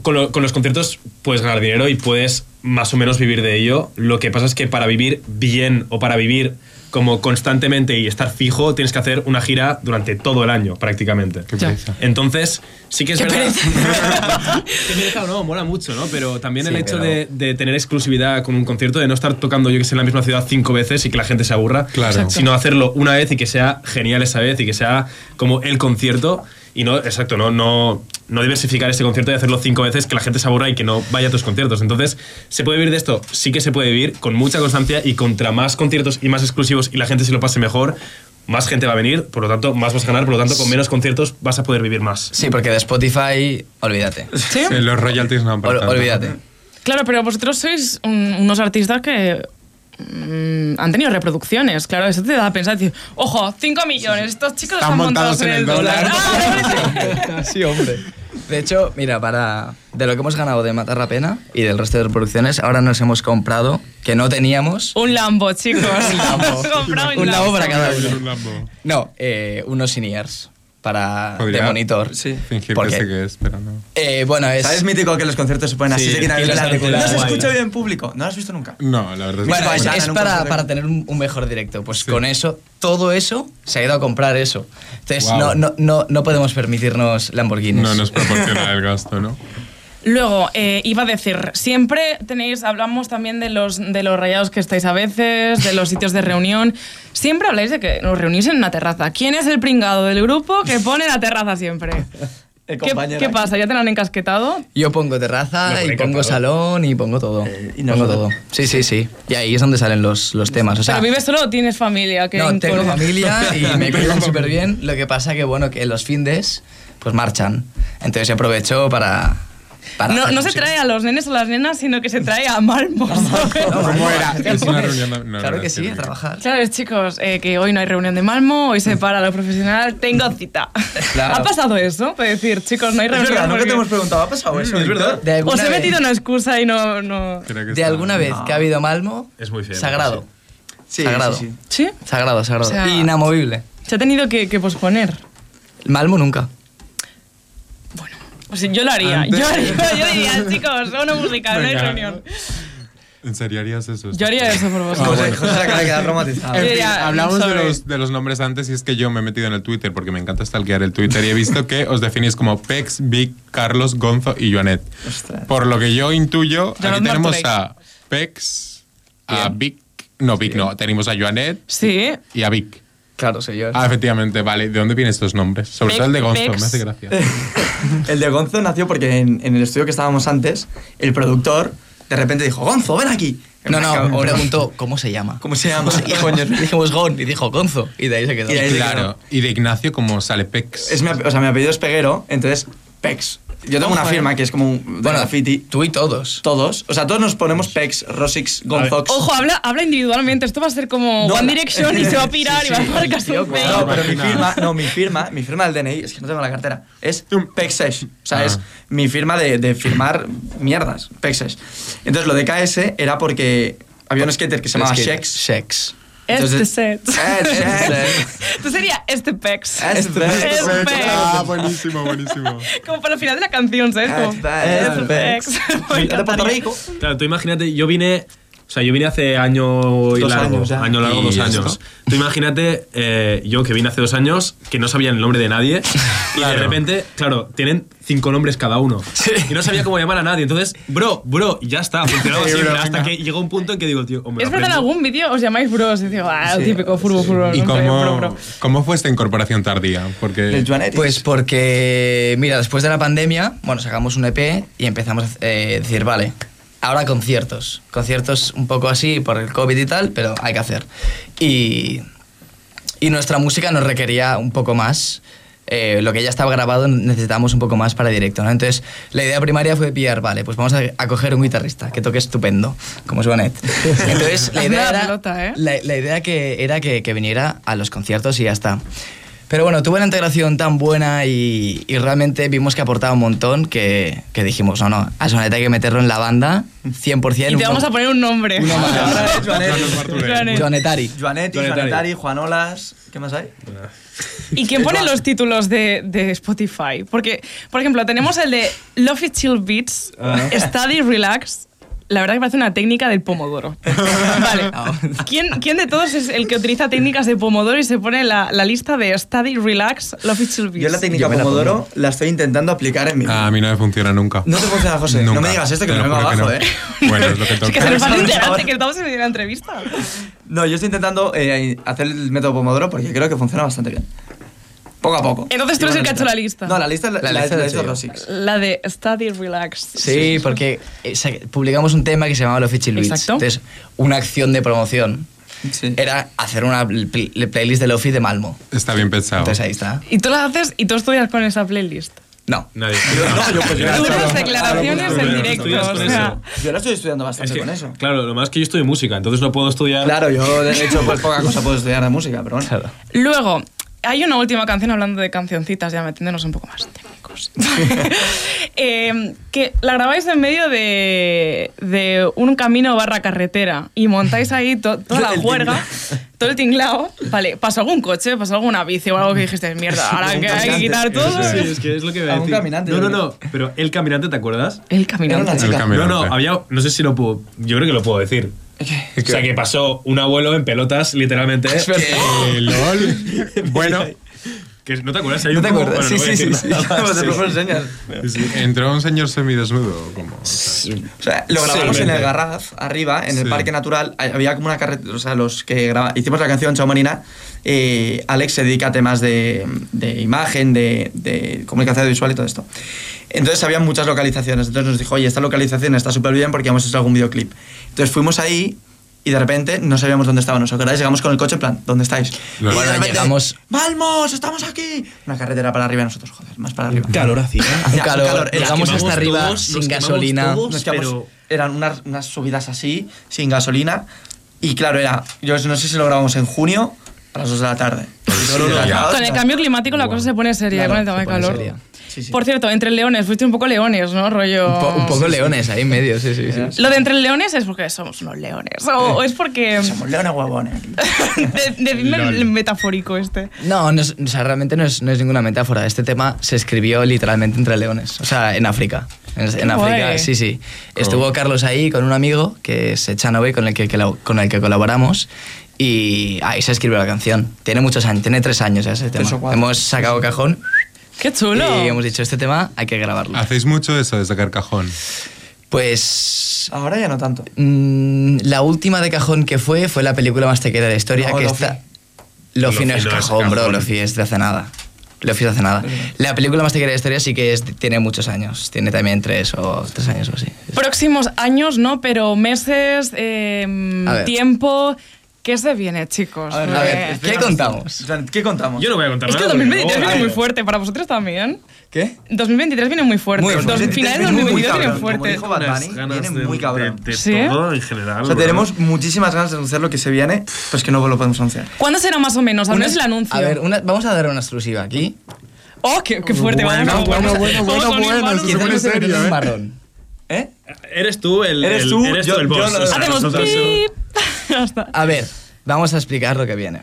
Speaker 9: con, lo- con los conciertos puedes ganar dinero y puedes más o menos vivir de ello. Lo que pasa es que para vivir bien o para vivir como constantemente y estar fijo, tienes que hacer una gira durante todo el año prácticamente.
Speaker 3: Qué
Speaker 2: Ya.
Speaker 3: pereza.
Speaker 9: Entonces, sí que es
Speaker 2: Qué
Speaker 9: verdad.
Speaker 2: pereza.
Speaker 9: *laughs* Qué pereza o no, mola mucho, ¿no? Pero también el
Speaker 8: Sí,
Speaker 9: hecho
Speaker 8: pero-
Speaker 9: de, de tener exclusividad con un concierto, de no estar tocando, yo que sé, en la misma ciudad cinco veces y que la gente se aburra,
Speaker 3: Claro. Exacto.
Speaker 9: sino hacerlo una vez y que sea genial esa vez y que sea como el concierto. Y no, exacto, no, no, no diversificar este concierto y hacerlo cinco veces, que la gente se aburra y que no vaya a tus conciertos. Entonces, ¿se puede vivir de esto? Sí que se puede vivir con mucha constancia y contra más conciertos y más exclusivos y la gente se lo pase mejor, más gente va a venir, por lo tanto, más vas a ganar, por lo tanto, con menos conciertos vas a poder vivir más.
Speaker 8: Sí, porque de Spotify, olvídate.
Speaker 2: ¿Sí?
Speaker 3: Sí, Eh, los royalties no han
Speaker 8: Ol-
Speaker 2: *laughs*
Speaker 8: olvídate.
Speaker 2: Claro, pero vosotros sois un- unos artistas que mm, han tenido reproducciones, claro, eso te da a pensar, decir, ojo, 5 millones, estos chicos
Speaker 3: Están
Speaker 2: están montados,
Speaker 3: montados en el dólar.
Speaker 2: Ah,
Speaker 3: *laughs*
Speaker 2: no, no, no.
Speaker 8: sí, hombre. De hecho, mira, para de lo que hemos ganado de Matar la Pena y del resto de reproducciones, ahora nos hemos comprado, que no teníamos,
Speaker 2: *laughs* Un Lambo, chicos. *laughs*
Speaker 8: Un Lambo.
Speaker 2: Os he comprado
Speaker 8: Un Lambo para cada uno.
Speaker 3: Un Lambo.
Speaker 8: no, eh, unos in-ears para de
Speaker 3: Podría-
Speaker 8: monitor.
Speaker 10: Sí.
Speaker 3: Fingir
Speaker 8: ¿Por
Speaker 3: que
Speaker 8: qué?
Speaker 3: sé que es, pero no.
Speaker 8: Eh, bueno, es...
Speaker 10: ¿Sabes mítico que los conciertos se ponen así?
Speaker 9: Sí,
Speaker 10: se quitan
Speaker 9: y
Speaker 10: el
Speaker 9: las
Speaker 10: plástico. No
Speaker 9: cartelas
Speaker 10: se
Speaker 9: guay.
Speaker 10: escucha bien en público. No lo has visto nunca.
Speaker 3: No, la verdad
Speaker 8: Bueno,
Speaker 3: es
Speaker 8: es,
Speaker 3: que
Speaker 10: Bueno,
Speaker 8: es
Speaker 10: en un
Speaker 8: para,
Speaker 10: concierto.
Speaker 8: para tener un, un mejor directo. Pues con eso, todo eso se ha ido a comprar eso. Entonces,
Speaker 3: Guau.
Speaker 8: no, no, no, no podemos permitirnos Lamborghinis.
Speaker 3: no nos proporciona el gasto, ¿no?
Speaker 2: Luego, eh, iba a decir, siempre tenéis, hablamos también de los, de los rayados que estáis a veces, de los sitios de reunión. Siempre habláis de que nos reunís en una terraza. ¿Quién es el pringado del grupo que pone la terraza siempre?
Speaker 10: *laughs* El
Speaker 2: ¿Qué,
Speaker 10: compañero
Speaker 2: qué
Speaker 10: aquí.
Speaker 2: pasa? ¿Ya te lo han encasquetado?
Speaker 8: Yo pongo terraza
Speaker 9: Me
Speaker 8: y
Speaker 9: pone
Speaker 8: pongo
Speaker 9: encantado.
Speaker 8: salón y pongo todo.
Speaker 10: Eh, y
Speaker 8: pongo
Speaker 10: nosotros.
Speaker 8: todo. Sí, sí, sí. Y ahí es donde salen los, los temas. O sea,
Speaker 2: ¿Pero vives solo o tienes familia? Que
Speaker 8: no, tengo
Speaker 2: incorpora? *laughs*
Speaker 8: familia y me cuidan súper bien. Lo que pasa que, bueno, que los findes pues marchan. Entonces aprovecho para, Para
Speaker 2: No,
Speaker 8: hacer
Speaker 2: no se
Speaker 8: música.
Speaker 2: trae a los nenes o las nenas, sino que se trae a Malmo. ¿sabes?
Speaker 3: ¿Cómo era?
Speaker 8: Es
Speaker 3: una reunión de- no,
Speaker 8: Claro
Speaker 3: no,
Speaker 8: que
Speaker 3: sí,
Speaker 8: sí, a
Speaker 3: no.
Speaker 8: trabajar.
Speaker 2: Sabes, chicos, eh, que hoy no hay reunión de Malmo, hoy se para lo profesional, tengo cita.
Speaker 8: Claro.
Speaker 2: *laughs* ¿Ha pasado eso? De decir, chicos, no hay
Speaker 10: Es
Speaker 2: reunión.
Speaker 10: verdad, nunca
Speaker 2: porque-
Speaker 10: te hemos preguntado, ¿ha pasado eso?
Speaker 9: es verdad.
Speaker 8: De alguna
Speaker 2: Os he
Speaker 8: vez-
Speaker 2: metido una excusa y no... no...
Speaker 3: Creo que
Speaker 8: De
Speaker 3: está-
Speaker 8: alguna vez que ha habido Malmo,
Speaker 9: Es muy fiel,
Speaker 8: sagrado.
Speaker 10: Sí,
Speaker 8: Sagrado.
Speaker 10: sí, sí.
Speaker 2: ¿Sí?
Speaker 8: Sagrado, sagrado.
Speaker 2: O sea-
Speaker 8: Inamovible.
Speaker 2: Se ha tenido que, que posponer.
Speaker 8: Malmo nunca.
Speaker 2: O sea, yo lo haría.
Speaker 10: Antes-
Speaker 2: Yo, haría- yo diría, chicos, una musical, no hay
Speaker 3: Venga.
Speaker 2: reunión.
Speaker 3: ¿En serio harías eso?
Speaker 2: Yo haría eso por
Speaker 10: José,
Speaker 2: vosotros.
Speaker 10: José se acaba de quedar traumatizado.
Speaker 2: Eh,
Speaker 3: En fin,
Speaker 2: Ya,
Speaker 3: hablamos de
Speaker 2: sobre-
Speaker 3: los, de los nombres antes y es que yo me he metido en el Twitter porque me encanta stalkear el Twitter y he visto que os definís como Pex, Vic, Carlos, Gonzo y Joanet. Por lo que yo intuyo,
Speaker 2: Joanet
Speaker 3: aquí tenemos
Speaker 2: Martorell.
Speaker 3: a Pex, a Vic, no Vic no, tenemos a Joanet
Speaker 2: Sí.
Speaker 3: y a Vic.
Speaker 8: Claro, soy yo.
Speaker 3: Ah, efectivamente, vale. ¿De dónde vienen estos nombres? Sobre
Speaker 2: Pex-
Speaker 3: todo el de Gonzo,
Speaker 2: Pex.
Speaker 3: me hace gracia.
Speaker 10: El de Gonzo nació porque en, en el estudio que estábamos antes, el productor de repente dijo, Gonzo, ven aquí.
Speaker 8: No, no,
Speaker 10: Cabrón.
Speaker 8: preguntó cómo se llama.
Speaker 10: ¿Cómo se *laughs* llama?
Speaker 8: Y coño, dijimos Gon y dijo Gonzo. Y de ahí se quedó.
Speaker 10: Y de ahí se
Speaker 3: Claro. ¿Y de Ignacio cómo sale Pex?
Speaker 10: Es mi, ape- o sea, mi apellido es Peguero, entonces Pex. Yo tengo una firma que es como un de
Speaker 8: bueno,
Speaker 10: graffiti.
Speaker 8: tú y todos.
Speaker 10: Todos, o sea, todos nos ponemos Pex, Rosix, Gonzox.
Speaker 2: Ojo, habla, habla individualmente. Esto va a ser como
Speaker 10: No,
Speaker 2: One
Speaker 10: la-
Speaker 2: Direction y se va a pirar
Speaker 10: *laughs*
Speaker 2: y va a marcar su Este
Speaker 8: tío,
Speaker 2: face.
Speaker 10: No, pero mi
Speaker 3: Imagina.
Speaker 10: firma, no, mi firma, mi firma del DNI, es que no tengo la cartera, es Pexesh. O sea,
Speaker 3: Ah.
Speaker 10: es mi firma de, de firmar mierdas, Pexesh. Entonces, lo de KS era porque había un skater que se llamaba
Speaker 8: Pues, Es que-
Speaker 10: Shex.
Speaker 8: Shex.
Speaker 2: Este
Speaker 10: Entonces-
Speaker 2: set.
Speaker 10: *laughs* Este set.
Speaker 2: Esto sería este pex.
Speaker 10: Este
Speaker 2: Este
Speaker 10: set.
Speaker 2: pex.
Speaker 3: Ah, buenísimo, buenísimo.
Speaker 2: Como para el final de la canción, ¿sabes? Como,
Speaker 8: Ah,
Speaker 10: Este
Speaker 2: este
Speaker 10: pex.
Speaker 2: pex. *laughs* Me
Speaker 10: Vete a
Speaker 2: encantaría.
Speaker 10: Puerto Rico.
Speaker 8: Pues,
Speaker 9: Claro, tú imagínate, yo vine. O sea, yo vine hace año y
Speaker 10: Dos
Speaker 9: largo.
Speaker 10: años ya.
Speaker 9: año largo,
Speaker 3: ¿Y
Speaker 9: dos
Speaker 3: esto?
Speaker 9: años. Tú imagínate, eh, yo que vine hace dos años, que no sabía el nombre de
Speaker 10: *laughs*
Speaker 9: nadie. Y
Speaker 3: Claro.
Speaker 9: de repente, claro, tienen cinco nombres cada uno. Y no sabía cómo llamar a nadie. Entonces, bro, bro, y ya está.
Speaker 10: *laughs*
Speaker 9: Funcionaba
Speaker 3: Sí,
Speaker 9: siempre.
Speaker 3: bro,
Speaker 9: hasta
Speaker 3: venga.
Speaker 9: que llegó un punto en que digo, tío, hombre.
Speaker 2: Es verdad, en
Speaker 9: aprendo.
Speaker 2: algún vídeo os llamáis bros. Y digo, ah, el típico furbo, furbo.
Speaker 3: ¿Y
Speaker 2: no sé, bro,
Speaker 3: cómo,
Speaker 2: bro.
Speaker 3: cómo fue esta incorporación tardía? Porque
Speaker 10: Del Juanetis.
Speaker 8: Pues porque, mira, después de la pandemia, bueno, sacamos un EP y empezamos a eh, decir, vale, ahora conciertos. Conciertos un poco así por el COVID y tal, pero hay que hacer. Y, y nuestra música nos requería un poco más. eh, lo que ya estaba grabado necesitamos un poco más para directo, ¿no? Entonces, la idea primaria fue pillar, vale, pues vamos a, a coger un guitarrista que toque estupendo, como es
Speaker 10: *laughs*
Speaker 8: Bonet. Entonces, la
Speaker 2: Hazme
Speaker 8: idea,
Speaker 2: la
Speaker 8: era,
Speaker 2: pelota, ¿eh?
Speaker 8: la, la idea que era que, que viniera a los conciertos y ya está. Pero bueno, tuvo una integración tan buena y, y realmente vimos que aportaba un montón que, que dijimos, no, no, a Soneta hay que meterlo en la banda 100%.
Speaker 2: Y te
Speaker 8: un-
Speaker 2: vamos a poner un nombre. *laughs*
Speaker 10: Ahora es
Speaker 3: Carlos
Speaker 10: Juanetis.
Speaker 3: Martorell.
Speaker 2: Joanet.
Speaker 8: Jonetari.
Speaker 10: Juanetis,
Speaker 9: Planetario.
Speaker 10: Planetari, Juanolas. ¿Qué más hay?
Speaker 2: ¿Y quién pone los títulos de, de Spotify? Porque, por ejemplo, tenemos el de Love It Chill Beats, Study Relax. La verdad que parece una técnica del pomodoro. Vale. ¿Quién, quién de todos es el que utiliza técnicas de pomodoro y se pone la, la lista de Study Relax, Love It Chill Beats?
Speaker 10: Yo la técnica
Speaker 8: me la
Speaker 10: Pomodoro la estoy intentando aplicar en mi vida.
Speaker 3: a mí no me funciona nunca.
Speaker 10: No te funciona, José. No
Speaker 3: Nunca.
Speaker 10: me digas esto que
Speaker 3: Te
Speaker 10: me
Speaker 3: lo
Speaker 10: vengo
Speaker 3: juro que
Speaker 10: abajo,
Speaker 3: no.
Speaker 10: ¿eh.
Speaker 3: Bueno, es lo
Speaker 10: *laughs*
Speaker 3: que
Speaker 2: Es que
Speaker 3: toca.
Speaker 2: se nos
Speaker 10: Por
Speaker 2: pasa
Speaker 10: favor.
Speaker 2: enterarte que estamos en la entrevista.
Speaker 10: No, yo estoy intentando eh, hacer el método Pomodoro porque creo que funciona bastante bien. Poco a poco.
Speaker 2: Entonces tú eres el que ha hecho la lista.
Speaker 10: No, la lista la,
Speaker 8: La
Speaker 10: la-
Speaker 8: lista
Speaker 10: la
Speaker 8: la he
Speaker 10: hizo
Speaker 8: hecho yo.
Speaker 10: Rosix.
Speaker 2: La de Study Relax.
Speaker 8: Sí, porque eh, sa- publicamos un tema que se llamaba Los Fitchy Beats.
Speaker 2: Exacto.
Speaker 8: Entonces, una acción de promoción
Speaker 10: Sí.
Speaker 8: era hacer una pl- pl- playlist de Lofi de Malmo.
Speaker 3: Está bien pensado.
Speaker 8: Entonces ahí está.
Speaker 2: Y tú la haces y tú estudias con esa playlist.
Speaker 8: No.
Speaker 9: Nadie.
Speaker 10: pues,
Speaker 9: *laughs*
Speaker 2: Duras declaraciones en directo.
Speaker 9: Estudias
Speaker 2: O
Speaker 9: con
Speaker 2: sea,
Speaker 9: eso.
Speaker 10: Yo ahora estoy estudiando bastante
Speaker 9: Es que,
Speaker 10: con eso.
Speaker 9: Claro, lo más que yo estudio música, entonces no puedo estudiar.
Speaker 10: Claro, yo de hecho pues poca cosa puedo estudiar de música, pero bueno.
Speaker 2: Luego, hay una última canción hablando de cancioncitas, ya metiéndonos un poco más técnicos. Eh, que la grabáis en medio de, de un camino barra carretera y montáis ahí to- toda la juerga. Todo el tinglao, vale, pasó algún coche, pasó alguna bici o algo que dijiste, mierda, ahora
Speaker 10: Un
Speaker 2: que hay que
Speaker 10: caminante.
Speaker 2: quitar
Speaker 9: Eso
Speaker 2: todo.
Speaker 9: Eh, sí, es que es lo que iba a
Speaker 10: A un
Speaker 9: decir.
Speaker 10: caminante,
Speaker 9: No,
Speaker 10: yo
Speaker 9: no,
Speaker 10: creo.
Speaker 9: no. Pero el caminante, ¿te acuerdas?
Speaker 2: El
Speaker 10: Era
Speaker 2: caminante.
Speaker 10: una chica.
Speaker 9: No, no, había. No sé si lo puedo. Yo creo que lo puedo decir. O sea, que pasó un abuelo en pelotas, literalmente.
Speaker 3: Eh,
Speaker 10: *laughs*
Speaker 3: LOL. Bueno,
Speaker 9: Que, ¿No te acuerdas? Hay
Speaker 8: ¿No
Speaker 9: un
Speaker 8: te
Speaker 9: como-
Speaker 8: acuerdas?
Speaker 9: bueno, no
Speaker 8: Sí,
Speaker 9: voy
Speaker 8: sí,
Speaker 9: a
Speaker 8: sí,
Speaker 10: *laughs*
Speaker 9: decir nada.
Speaker 10: Te lo enseñas.
Speaker 3: entró un señor semidesnudo. Como,
Speaker 10: O sea, lo grabamos
Speaker 9: Sí.
Speaker 10: en el Garraf, arriba, en el
Speaker 3: Sí.
Speaker 10: Parque Natural. Hay- Había como una carretera. O sea, los que graba- hicimos la canción Chao Marina. eh, Alex se dedica a temas de, de imagen, de, de comunicación visual y todo esto. Entonces había muchas localizaciones. Entonces nos dijo, oye, esta localización está súper bien porque hemos hecho algún videoclip. Entonces fuimos ahí y de repente no sabíamos dónde estábamos. ¿Os acordáis? Llegamos con el coche en plan, ¿dónde estáis? Y de
Speaker 8: Bueno,
Speaker 10: repente,
Speaker 8: llegamos-
Speaker 10: ¡Malmos, estamos aquí! Una carretera para arriba de nosotros, joder, más para arriba.
Speaker 9: Calor ¿eh? hacía.
Speaker 10: Hacía un
Speaker 8: calor,
Speaker 10: era-
Speaker 8: llegamos
Speaker 9: quemamos
Speaker 8: hasta arriba
Speaker 9: todos, nos
Speaker 8: sin
Speaker 9: quemamos
Speaker 8: gasolina.
Speaker 9: todos.
Speaker 10: nos quedamos-
Speaker 9: pero-
Speaker 10: eran unas, unas subidas así, sin gasolina. Y claro, era. Yo no sé si lo grabamos en junio a las 2 de la tarde. Y todo
Speaker 3: sí,
Speaker 10: lo
Speaker 3: ya.
Speaker 10: grabado,
Speaker 2: Con el
Speaker 10: ya.
Speaker 2: cambio climático la
Speaker 9: Guau.
Speaker 2: cosa se pone seria
Speaker 8: Claro,
Speaker 2: con el tema
Speaker 8: se
Speaker 2: de
Speaker 8: pone
Speaker 2: calor.
Speaker 8: seria.
Speaker 10: Sí, sí.
Speaker 2: Por cierto, entre leones, fuiste un poco leones, ¿no? Rollo...
Speaker 8: Un, po- un poco leones ahí en medio, sí, sí. sí.
Speaker 2: Lo de entre leones es porque somos unos leones. O, o es porque...
Speaker 10: Somos leones huevones.
Speaker 2: de- Decidme el metafórico este.
Speaker 8: No, no es- o sea, realmente no es, no es ninguna metáfora. Este tema se escribió literalmente entre leones, o sea, en África. En, en África,
Speaker 2: guay.
Speaker 8: sí, sí. Estuvo Carlos ahí con un amigo que es Echanove, con el que, que la- con el que colaboramos. Y ahí se escribió la canción. Tiene muchos años, tiene tres años ya ese tema.
Speaker 10: Tres o cuatro.
Speaker 8: Hemos sacado cajón
Speaker 2: ¡Qué chulo!
Speaker 8: y hemos dicho, este tema hay que grabarlo.
Speaker 10: Ah.
Speaker 3: Hacéis mucho eso de sacar cajón.
Speaker 8: Pues
Speaker 10: Ahora ya no tanto.
Speaker 8: Mm, la última de cajón que fue fue la película más tequera de la historia
Speaker 10: No,
Speaker 8: que
Speaker 10: Lofi.
Speaker 8: está. Lofi no es cajón, bro. Lofi es de hace nada. Lofi es de hace nada. La película más tequera de la historia sí que es- tiene muchos años. Tiene también tres o tres años o así.
Speaker 2: Próximos años, ¿no? Pero meses, eh,
Speaker 8: A ver.
Speaker 2: tiempo... ¿Qué se viene, chicos?
Speaker 8: a ver,
Speaker 2: Eh,
Speaker 8: ¿qué contamos?
Speaker 10: En plan, ¿Qué contamos?
Speaker 9: Yo no voy a contar
Speaker 2: Es que
Speaker 9: nada. porque eh,
Speaker 2: 2023
Speaker 9: luego-
Speaker 2: viene muy
Speaker 9: Ay,
Speaker 2: fuerte, para vosotros también.
Speaker 8: ¿Qué?
Speaker 2: 2023 viene muy fuerte.
Speaker 8: Muy fuerte.
Speaker 2: Dos- Finales de
Speaker 10: Viene muy
Speaker 2: 2022 vienen
Speaker 10: cabrón, como
Speaker 2: fuertes.
Speaker 10: dijo Bad
Speaker 9: unas
Speaker 10: Bunny,
Speaker 9: ganas
Speaker 10: viene
Speaker 9: de-
Speaker 10: muy cabrón.
Speaker 9: de- de
Speaker 2: ¿Sí?
Speaker 9: todo en general.
Speaker 10: O sea,
Speaker 9: bro.
Speaker 10: tenemos muchísimas ganas de anunciar lo que se viene, pero es que no lo podemos anunciar.
Speaker 2: ¿Cuándo será más o menos? Al menos el anuncio.
Speaker 8: A ver, una- vamos a dar una exclusiva aquí.
Speaker 2: ¡Oh, qué, qué fuerte!
Speaker 3: Bueno,
Speaker 2: vamos,
Speaker 3: bueno,
Speaker 2: vamos,
Speaker 3: bueno,
Speaker 2: vamos,
Speaker 3: bueno,
Speaker 2: vamos,
Speaker 3: bueno,
Speaker 2: vamos.
Speaker 3: se
Speaker 8: Quizás
Speaker 3: pone
Speaker 8: no se
Speaker 3: serio,
Speaker 8: merece
Speaker 3: ¿eh?
Speaker 8: un marrón.
Speaker 10: ¿Eh?
Speaker 9: Eres tú el.
Speaker 10: Eres
Speaker 9: el-
Speaker 10: tú,
Speaker 9: eres
Speaker 10: yo- yo
Speaker 9: el boss.
Speaker 10: no-
Speaker 9: o sea,
Speaker 2: Hacemos
Speaker 9: nosotros-
Speaker 2: pip. *laughs* Ya está.
Speaker 8: A ver, vamos a explicar lo que viene.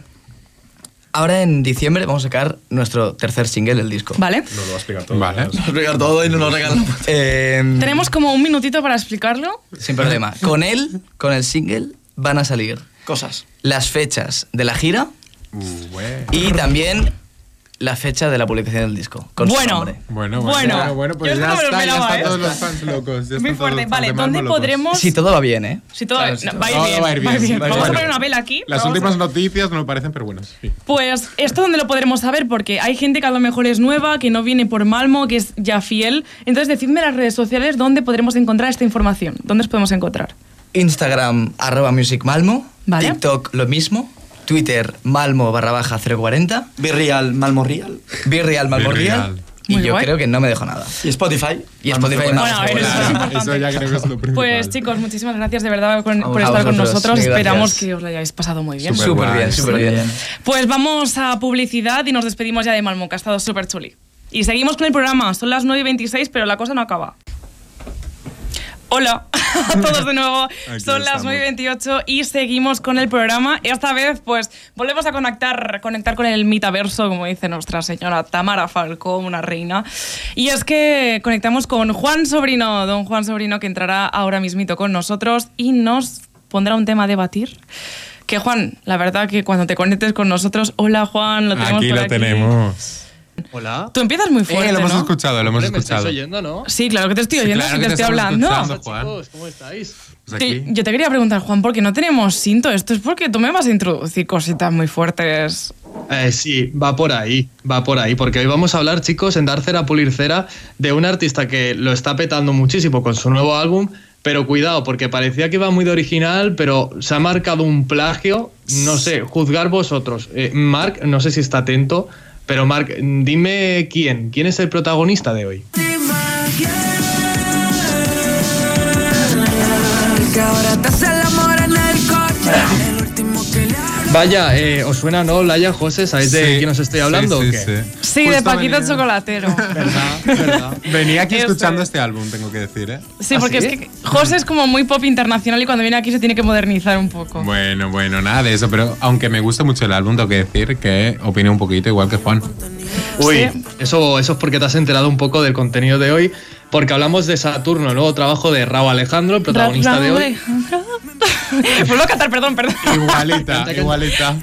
Speaker 8: Ahora en diciembre vamos a sacar nuestro tercer single del disco.
Speaker 2: Vale.
Speaker 9: No lo vas a explicar todo.
Speaker 3: Vale.
Speaker 10: Regar todo y no nos regalan.
Speaker 8: Em,
Speaker 2: Tenemos como un minutito para explicarlo. *laughs*
Speaker 8: Sin problema. Con él, con el single, van a salir
Speaker 10: Cosas.
Speaker 8: las fechas de la gira
Speaker 3: Uh, güey.
Speaker 8: y también la fecha de la publicación del disco. Con su
Speaker 2: Bueno.
Speaker 8: nombre.
Speaker 3: Bueno, bueno,
Speaker 2: Bueno,
Speaker 3: bueno, bueno,
Speaker 2: yo
Speaker 3: pues
Speaker 2: esto
Speaker 3: ya
Speaker 2: no me lo
Speaker 3: está, ya
Speaker 2: esperaba,
Speaker 3: están
Speaker 2: ¿eh?
Speaker 3: todos los fans locos. ya
Speaker 2: Muy
Speaker 3: están todos
Speaker 2: fuerte.
Speaker 3: los fans
Speaker 2: Vale,
Speaker 3: de
Speaker 2: ¿dónde
Speaker 3: Malmo locos.
Speaker 2: podremos...?
Speaker 8: Si todo va bien, ¿eh?
Speaker 2: Si todo,
Speaker 10: Claro, si
Speaker 2: no,
Speaker 10: todo-
Speaker 2: va a ir
Speaker 3: Todo
Speaker 2: bien,
Speaker 3: va a ir
Speaker 2: va a ir
Speaker 3: bien,
Speaker 2: bien.
Speaker 3: va a ir
Speaker 2: Vamos a
Speaker 3: bien.
Speaker 2: poner una vela aquí.
Speaker 3: Las
Speaker 2: vamos a-
Speaker 3: últimas noticias no parecen, pero bueno, sí.
Speaker 2: Pues esto donde lo podremos saber, porque hay gente que a lo mejor es nueva, que no viene por Malmo, que es ya fiel. Entonces, decidme en las redes sociales dónde podremos encontrar esta información. ¿Dónde os podemos encontrar?
Speaker 8: Instagram, arroba Music Malmo.
Speaker 2: Vale.
Speaker 8: TikTok, lo mismo. Twitter, Malmo barra baja 040.
Speaker 10: Birreal, Malmo Real.
Speaker 8: Birreal, Malmo Real.
Speaker 3: Birreal.
Speaker 8: Y
Speaker 2: Muy
Speaker 8: yo
Speaker 2: guay.
Speaker 8: creo que no me dejo nada.
Speaker 10: Y Spotify.
Speaker 8: Y Spotify,
Speaker 2: Bueno, a ver,
Speaker 8: Malmo.
Speaker 2: eso es importante.
Speaker 3: Eso ya creo que es lo principal.
Speaker 2: Pues chicos, muchísimas gracias de verdad con- por
Speaker 8: a
Speaker 2: estar con
Speaker 8: vosotros.
Speaker 2: nosotros.
Speaker 8: Sí, gracias.
Speaker 2: Esperamos que os lo hayáis pasado muy bien.
Speaker 3: Súper.
Speaker 8: Súper bien, súper bien.
Speaker 2: Pues vamos a publicidad y nos despedimos ya de Malmo, que ha estado súper chuli. Y seguimos con el programa. Son las 9 y 26, pero la cosa no acaba. Hola *laughs* a todos de
Speaker 3: *laughs*
Speaker 2: nuevo.
Speaker 3: Aquí
Speaker 2: Son las
Speaker 3: estamos.
Speaker 2: 9 y 28 y seguimos con el programa. Esta vez, pues, volvemos a conectar, conectar con el mitaverso, como dice nuestra señora Tamara Falcón, una reina. Y es que conectamos con Juan Sobrino, don Juan Sobrino, que entrará ahora mismito con nosotros y nos pondrá un tema a debatir. Que Juan, la verdad que cuando te conectes con nosotros, hola Juan, lo tenemos
Speaker 3: Aquí
Speaker 2: por
Speaker 3: lo tenemos.
Speaker 11: Hola.
Speaker 2: Tú empiezas muy fuerte,
Speaker 3: Eh, lo hemos
Speaker 2: ¿no?
Speaker 3: escuchado, lo hemos
Speaker 11: Hombre, me estáis
Speaker 3: escuchado.
Speaker 11: oyendo, ¿no?
Speaker 2: Sí, claro que te estoy
Speaker 3: Sí,
Speaker 2: oyendo,
Speaker 3: claro
Speaker 2: si
Speaker 3: que
Speaker 2: te,
Speaker 3: te
Speaker 2: estoy
Speaker 3: estamos
Speaker 2: hablando.
Speaker 3: escuchando.
Speaker 11: Hola,
Speaker 3: Juan.
Speaker 11: chicos, ¿cómo estáis?
Speaker 3: Pues
Speaker 2: Te-
Speaker 3: aquí.
Speaker 2: yo te quería preguntar, Juan, porque no tenemos cinto. Esto es porque tú me vas a introducir cositas muy fuertes.
Speaker 11: Eh, sí, va por ahí, va por ahí, porque hoy vamos a hablar, chicos, en Dar Cera Pulir Cera, de un artista que lo está petando muchísimo con su nuevo álbum, pero cuidado, porque parecía que iba muy de original, pero se ha marcado un plagio, no sé, juzgar vosotros. Eh, Mark, no sé si está atento, pero Mark, dime quién, quién es el protagonista de hoy. Vaya, eh, ¿os suena, no, Laia, José? ¿Sabéis de
Speaker 3: Sí,
Speaker 11: quién os estoy
Speaker 3: sí,
Speaker 11: hablando?
Speaker 3: sí,
Speaker 11: o qué?
Speaker 3: sí.
Speaker 2: Sí, de
Speaker 3: Justo
Speaker 2: Paquito el
Speaker 3: venía-
Speaker 2: Chocolatero.
Speaker 11: ¿Verdad? ¿Verdad?
Speaker 3: Venía aquí
Speaker 2: Eso
Speaker 3: escuchando
Speaker 2: es.
Speaker 3: este álbum, tengo que decir, ¿eh?
Speaker 2: Sí, porque es que José es como muy pop internacional y cuando viene aquí se tiene que modernizar un poco.
Speaker 3: Bueno, bueno, nada de eso, pero aunque me gusta mucho el álbum, tengo que decir que opiné un poquito igual que Juan.
Speaker 11: Uy,
Speaker 2: Sí.
Speaker 11: eso, eso es porque te has enterado un poco del contenido de hoy, porque hablamos de Saturno, el nuevo trabajo de Raúl Alejandro, el protagonista de hoy.
Speaker 2: *laughs* Vuelvo a cantar, perdón, perdón. *laughs*
Speaker 3: Igualita, igualita.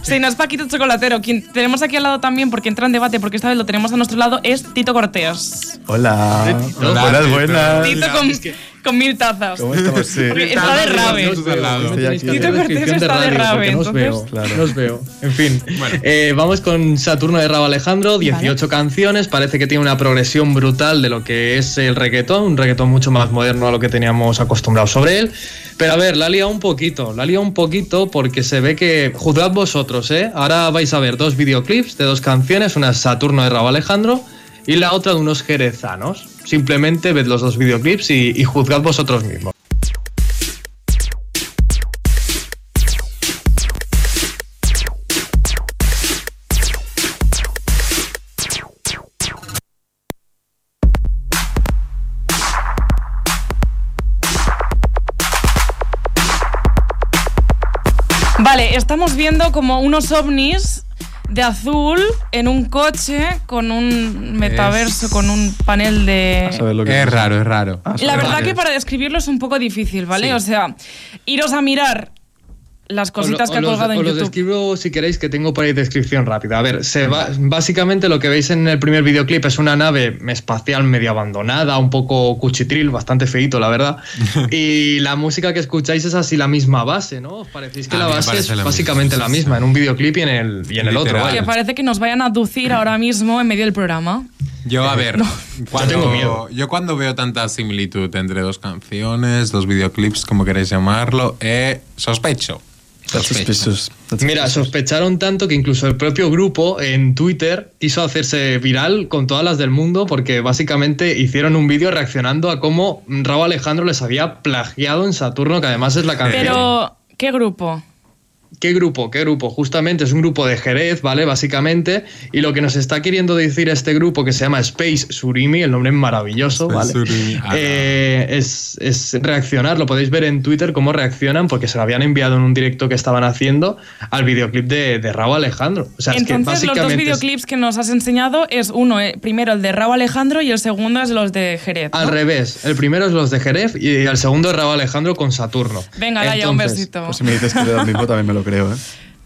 Speaker 2: Sí, no es Paquito el Chocolatero. Quien tenemos aquí al lado también, porque entra en debate, porque esta vez lo tenemos a nuestro lado, es Tito Cortés.
Speaker 12: Hola.
Speaker 11: Hola,
Speaker 12: Buenas,
Speaker 3: Tito.
Speaker 12: buenas.
Speaker 2: Tito con, con mil tazas.
Speaker 12: ¿Cómo estamos? Sí.
Speaker 2: Porque Está de rave.
Speaker 11: No os veo,
Speaker 3: Estoy
Speaker 11: no tenéis
Speaker 12: aquí.
Speaker 11: que hacer
Speaker 12: Tito
Speaker 2: Cortés
Speaker 11: descripción
Speaker 2: está de
Speaker 11: radio,
Speaker 2: rave,
Speaker 11: porque no os
Speaker 2: entonces-
Speaker 11: veo,
Speaker 12: Claro.
Speaker 11: no os veo. En fin,
Speaker 3: Bueno.
Speaker 11: Eh, vamos con Saturno de Raúl Alejandro, 18 canciones, parece que tiene una progresión brutal de lo que es el reggaetón, un reggaetón mucho más moderno a lo que teníamos acostumbrados sobre él. Pero a ver, la ha liado un poquito, la ha liado un poquito porque se ve que. Juzgad vosotros, ¿eh? Ahora vais a ver dos videoclips de dos canciones, una es Saturno de Raúl Alejandro y la otra de unos jerezanos. Simplemente ved los dos videoclips y, y juzgad vosotros mismos.
Speaker 2: Vale, estamos viendo como unos ovnis de azul en un coche con un metaverso, con un panel de...
Speaker 3: es raro, es raro.
Speaker 11: Ah,
Speaker 2: La verdad que para describirlo es un poco difícil, ¿vale? O sea, iros a mirar las cositas
Speaker 11: Os lo-
Speaker 2: que ha
Speaker 11: os los-
Speaker 2: colgado en
Speaker 11: os los
Speaker 2: YouTube.
Speaker 11: describo si queréis que tengo por ahí descripción rápida. A ver, se va, básicamente lo que veis en el primer videoclip es una nave espacial medio abandonada, un poco cuchitril, bastante feito, la
Speaker 3: *laughs*
Speaker 11: verdad. y la música que escucháis es así la misma base, ¿no? Os parecéis que
Speaker 3: A
Speaker 11: la
Speaker 3: mí me
Speaker 11: base
Speaker 3: parece
Speaker 11: es
Speaker 3: lo mismo.
Speaker 11: básicamente la misma en un videoclip y en el, y en el otro.
Speaker 2: Que
Speaker 11: vaya.
Speaker 2: parece que nos vayan a aducir ahora mismo en medio del programa.
Speaker 3: Yo, a ver, cuando,
Speaker 11: Eh, Yo tengo miedo.
Speaker 3: yo cuando veo tanta similitud entre dos canciones, dos videoclips, como queréis llamarlo, eh, sospecho.
Speaker 11: Mira, sospecharon tanto que incluso el propio grupo en Twitter quiso hacerse viral con todas las del mundo porque básicamente hicieron un vídeo reaccionando a cómo Raúl Alejandro les había plagiado en Saturno, que además es la canción.
Speaker 2: Pero, ¿qué grupo?
Speaker 11: ¿Qué grupo? ¿Qué grupo? Justamente es un grupo de Jerez, ¿vale? Básicamente. Y lo que nos está queriendo decir este grupo que se llama Space Surimi, el nombre es maravilloso,
Speaker 3: Space
Speaker 11: ¿vale? *laughs*
Speaker 3: Surimi, ala.
Speaker 11: Eh, es, es reaccionar, lo podéis ver en Twitter cómo reaccionan, porque se lo habían enviado en un directo que estaban haciendo al videoclip de, de Raúl Alejandro. O sea, es que
Speaker 2: Entonces, los
Speaker 11: básicamente.
Speaker 2: dos
Speaker 11: es-
Speaker 2: videoclips que nos has enseñado es uno, eh, primero el de Raúl Alejandro y el segundo es los de Jerez. ¿no?
Speaker 11: Al revés, el primero es los de Jerez y el segundo es Raúl Alejandro con Saturno.
Speaker 2: Venga, Laia, un
Speaker 11: Entonces,
Speaker 2: besito.
Speaker 12: Pues si me dices que es lo mismo, también me lo creo, ¿eh?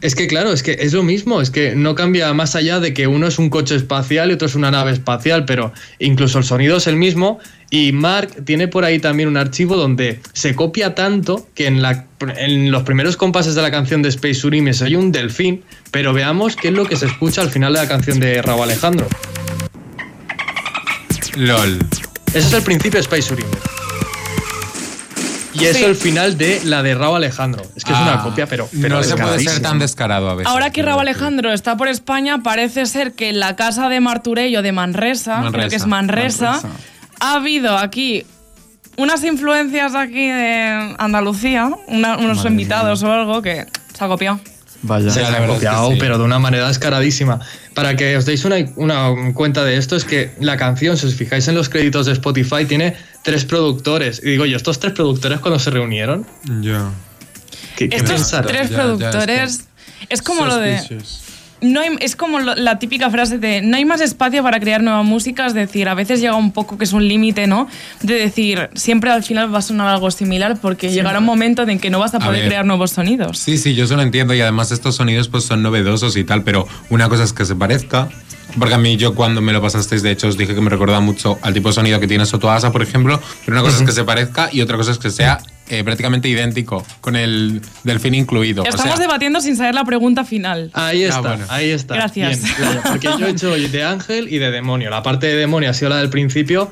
Speaker 11: Es que claro, es que es lo mismo, es que no cambia más allá de que uno es un coche espacial y otro es una nave espacial, pero incluso el sonido es el mismo y Mark tiene por ahí también un archivo donde se copia tanto que en, la, en los primeros compases de la canción de Space Surimi se oye un delfín, pero veamos qué es lo que se escucha al final de la canción de Raúl Alejandro.
Speaker 3: LOL.
Speaker 11: Ese es el principio de Space Surimi. Y eso el final de la de Raúl Alejandro. Es que es
Speaker 3: Ah,
Speaker 11: una copia, pero, pero
Speaker 3: no se puede ser
Speaker 11: descaradísima.
Speaker 3: tan descarado a veces.
Speaker 2: Ahora que Raúl Alejandro está por España, parece ser que en la casa de Marturello de Manresa, creo que es Manresa, ha habido aquí unas influencias aquí de Andalucía, una- unos invitados o algo que se ha copiado.
Speaker 12: Vaya.
Speaker 11: Se
Speaker 3: Ya,
Speaker 11: la
Speaker 3: la
Speaker 11: han
Speaker 3: verdad es que
Speaker 11: copiado,
Speaker 3: sí.
Speaker 11: pero de una manera descaradísima. Para que os deis una, una cuenta de esto, es que la canción, si os fijáis en los créditos de Spotify, tiene tres productores. Y digo yo, estos tres productores cuando se reunieron,
Speaker 3: Yo.
Speaker 11: ¿qué, qué
Speaker 2: Estos
Speaker 11: pensaron?
Speaker 2: tres
Speaker 3: Ya, ya, es que-
Speaker 2: productores... es como lo de... no hay- es como lo- la típica frase de no hay más espacio para crear nueva música, es decir, a veces llega un poco que es un límite, ¿no? De decir, siempre al final va a sonar algo similar porque llegará un momento en que no vas a
Speaker 3: A
Speaker 2: poder
Speaker 3: ver.
Speaker 2: crear nuevos sonidos.
Speaker 3: Sí, sí, yo eso lo entiendo y además estos sonidos pues son novedosos y tal, pero una cosa es que se parezca, porque a mí yo cuando me lo pasasteis de hecho os dije que me recordaba mucho al tipo de sonido que tiene Sotoasa, por ejemplo, pero una cosa es que se parezca y otra cosa es que sea eh, prácticamente idéntico, con el delfín incluido. o
Speaker 2: Estamos
Speaker 3: sea,
Speaker 2: debatiendo sin saber la pregunta final.
Speaker 11: Ahí está,
Speaker 3: Ah, bueno.
Speaker 11: ahí está.
Speaker 2: Gracias.
Speaker 11: Bien, claro, porque yo he hecho de ángel y de demonio. La parte de demonio ha sido la del principio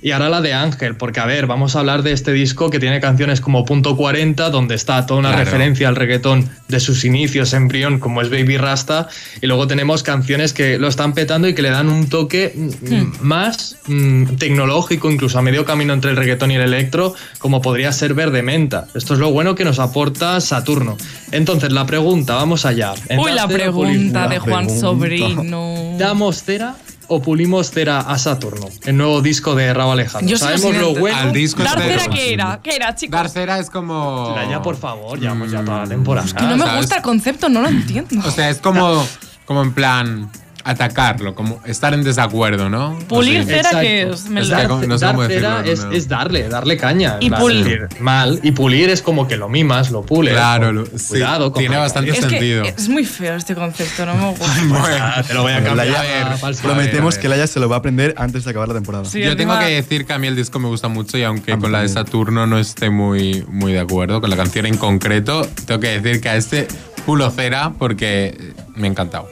Speaker 11: y ahora la de ángel, porque a ver, vamos a hablar de este disco que tiene canciones como Punto 40, donde está toda una
Speaker 3: Claro.
Speaker 11: referencia al reggaetón de sus inicios, embrión, como es Baby Rasta, y luego tenemos canciones que lo están petando y que le dan un toque mm,
Speaker 2: Hmm.
Speaker 11: más mm, tecnológico, incluso a medio camino entre el reggaetón y el electro, como podría ser Verde Menta. Esto es lo bueno que nos aporta Saturno. Entonces, la pregunta, vamos allá.
Speaker 2: Uy, la
Speaker 11: ¿Enlace o
Speaker 2: pregunta
Speaker 11: pulimos?
Speaker 2: de Juan
Speaker 12: pregunta.
Speaker 2: Sobrino.
Speaker 11: ¿Damos cera o pulimos cera a Saturno? El nuevo disco de Raúl Alejandro.
Speaker 2: Yo soy
Speaker 11: Sabemos
Speaker 2: residente.
Speaker 11: lo bueno.
Speaker 3: Al disco
Speaker 2: ¿Dar
Speaker 3: entero.
Speaker 2: cera qué era? ¿Qué era, chicos?
Speaker 3: Dar cera es como...
Speaker 11: Mira, Ya, por favor, llevamos ya toda la temporada.
Speaker 2: que no me
Speaker 3: Ah, ¿sabes?
Speaker 2: gusta el concepto, no
Speaker 3: *laughs*
Speaker 2: lo entiendo.
Speaker 3: O sea, es como, como en plan atacarlo, como estar en desacuerdo, ¿no?
Speaker 2: Pulir
Speaker 3: Así.
Speaker 2: cera
Speaker 11: Exacto.
Speaker 2: que es. me
Speaker 3: Es
Speaker 2: lo-
Speaker 3: que
Speaker 11: Dar,
Speaker 3: no sé
Speaker 11: dar
Speaker 3: cómo
Speaker 11: cera
Speaker 3: decirlo,
Speaker 11: es,
Speaker 3: no.
Speaker 11: es darle, darle caña.
Speaker 2: Y
Speaker 11: en plan,
Speaker 2: pulir.
Speaker 11: decir, Mal. Y pulir es como que lo mimas, lo pules.
Speaker 3: Claro,
Speaker 11: con-
Speaker 3: lo- sí,
Speaker 11: cuidado. con-
Speaker 3: tiene bastante
Speaker 2: es
Speaker 3: sentido.
Speaker 2: que es muy feo este concepto, no me gusta.
Speaker 11: Pues
Speaker 3: Bueno, te lo voy a cambiar.
Speaker 12: Bueno, Laia,
Speaker 3: A ver,
Speaker 11: falso.
Speaker 12: Prometemos
Speaker 3: a ver, a ver.
Speaker 12: que Laia se lo va a aprender antes de acabar la temporada.
Speaker 2: Eh. Sí,
Speaker 3: Yo tengo
Speaker 2: encima-
Speaker 3: que decir que a mí el disco me gusta mucho y aunque
Speaker 12: A mí
Speaker 3: con la de
Speaker 12: también.
Speaker 3: Saturno no esté muy, muy de acuerdo, con la canción en concreto, tengo que decir que a este pulo cera porque me ha encantado.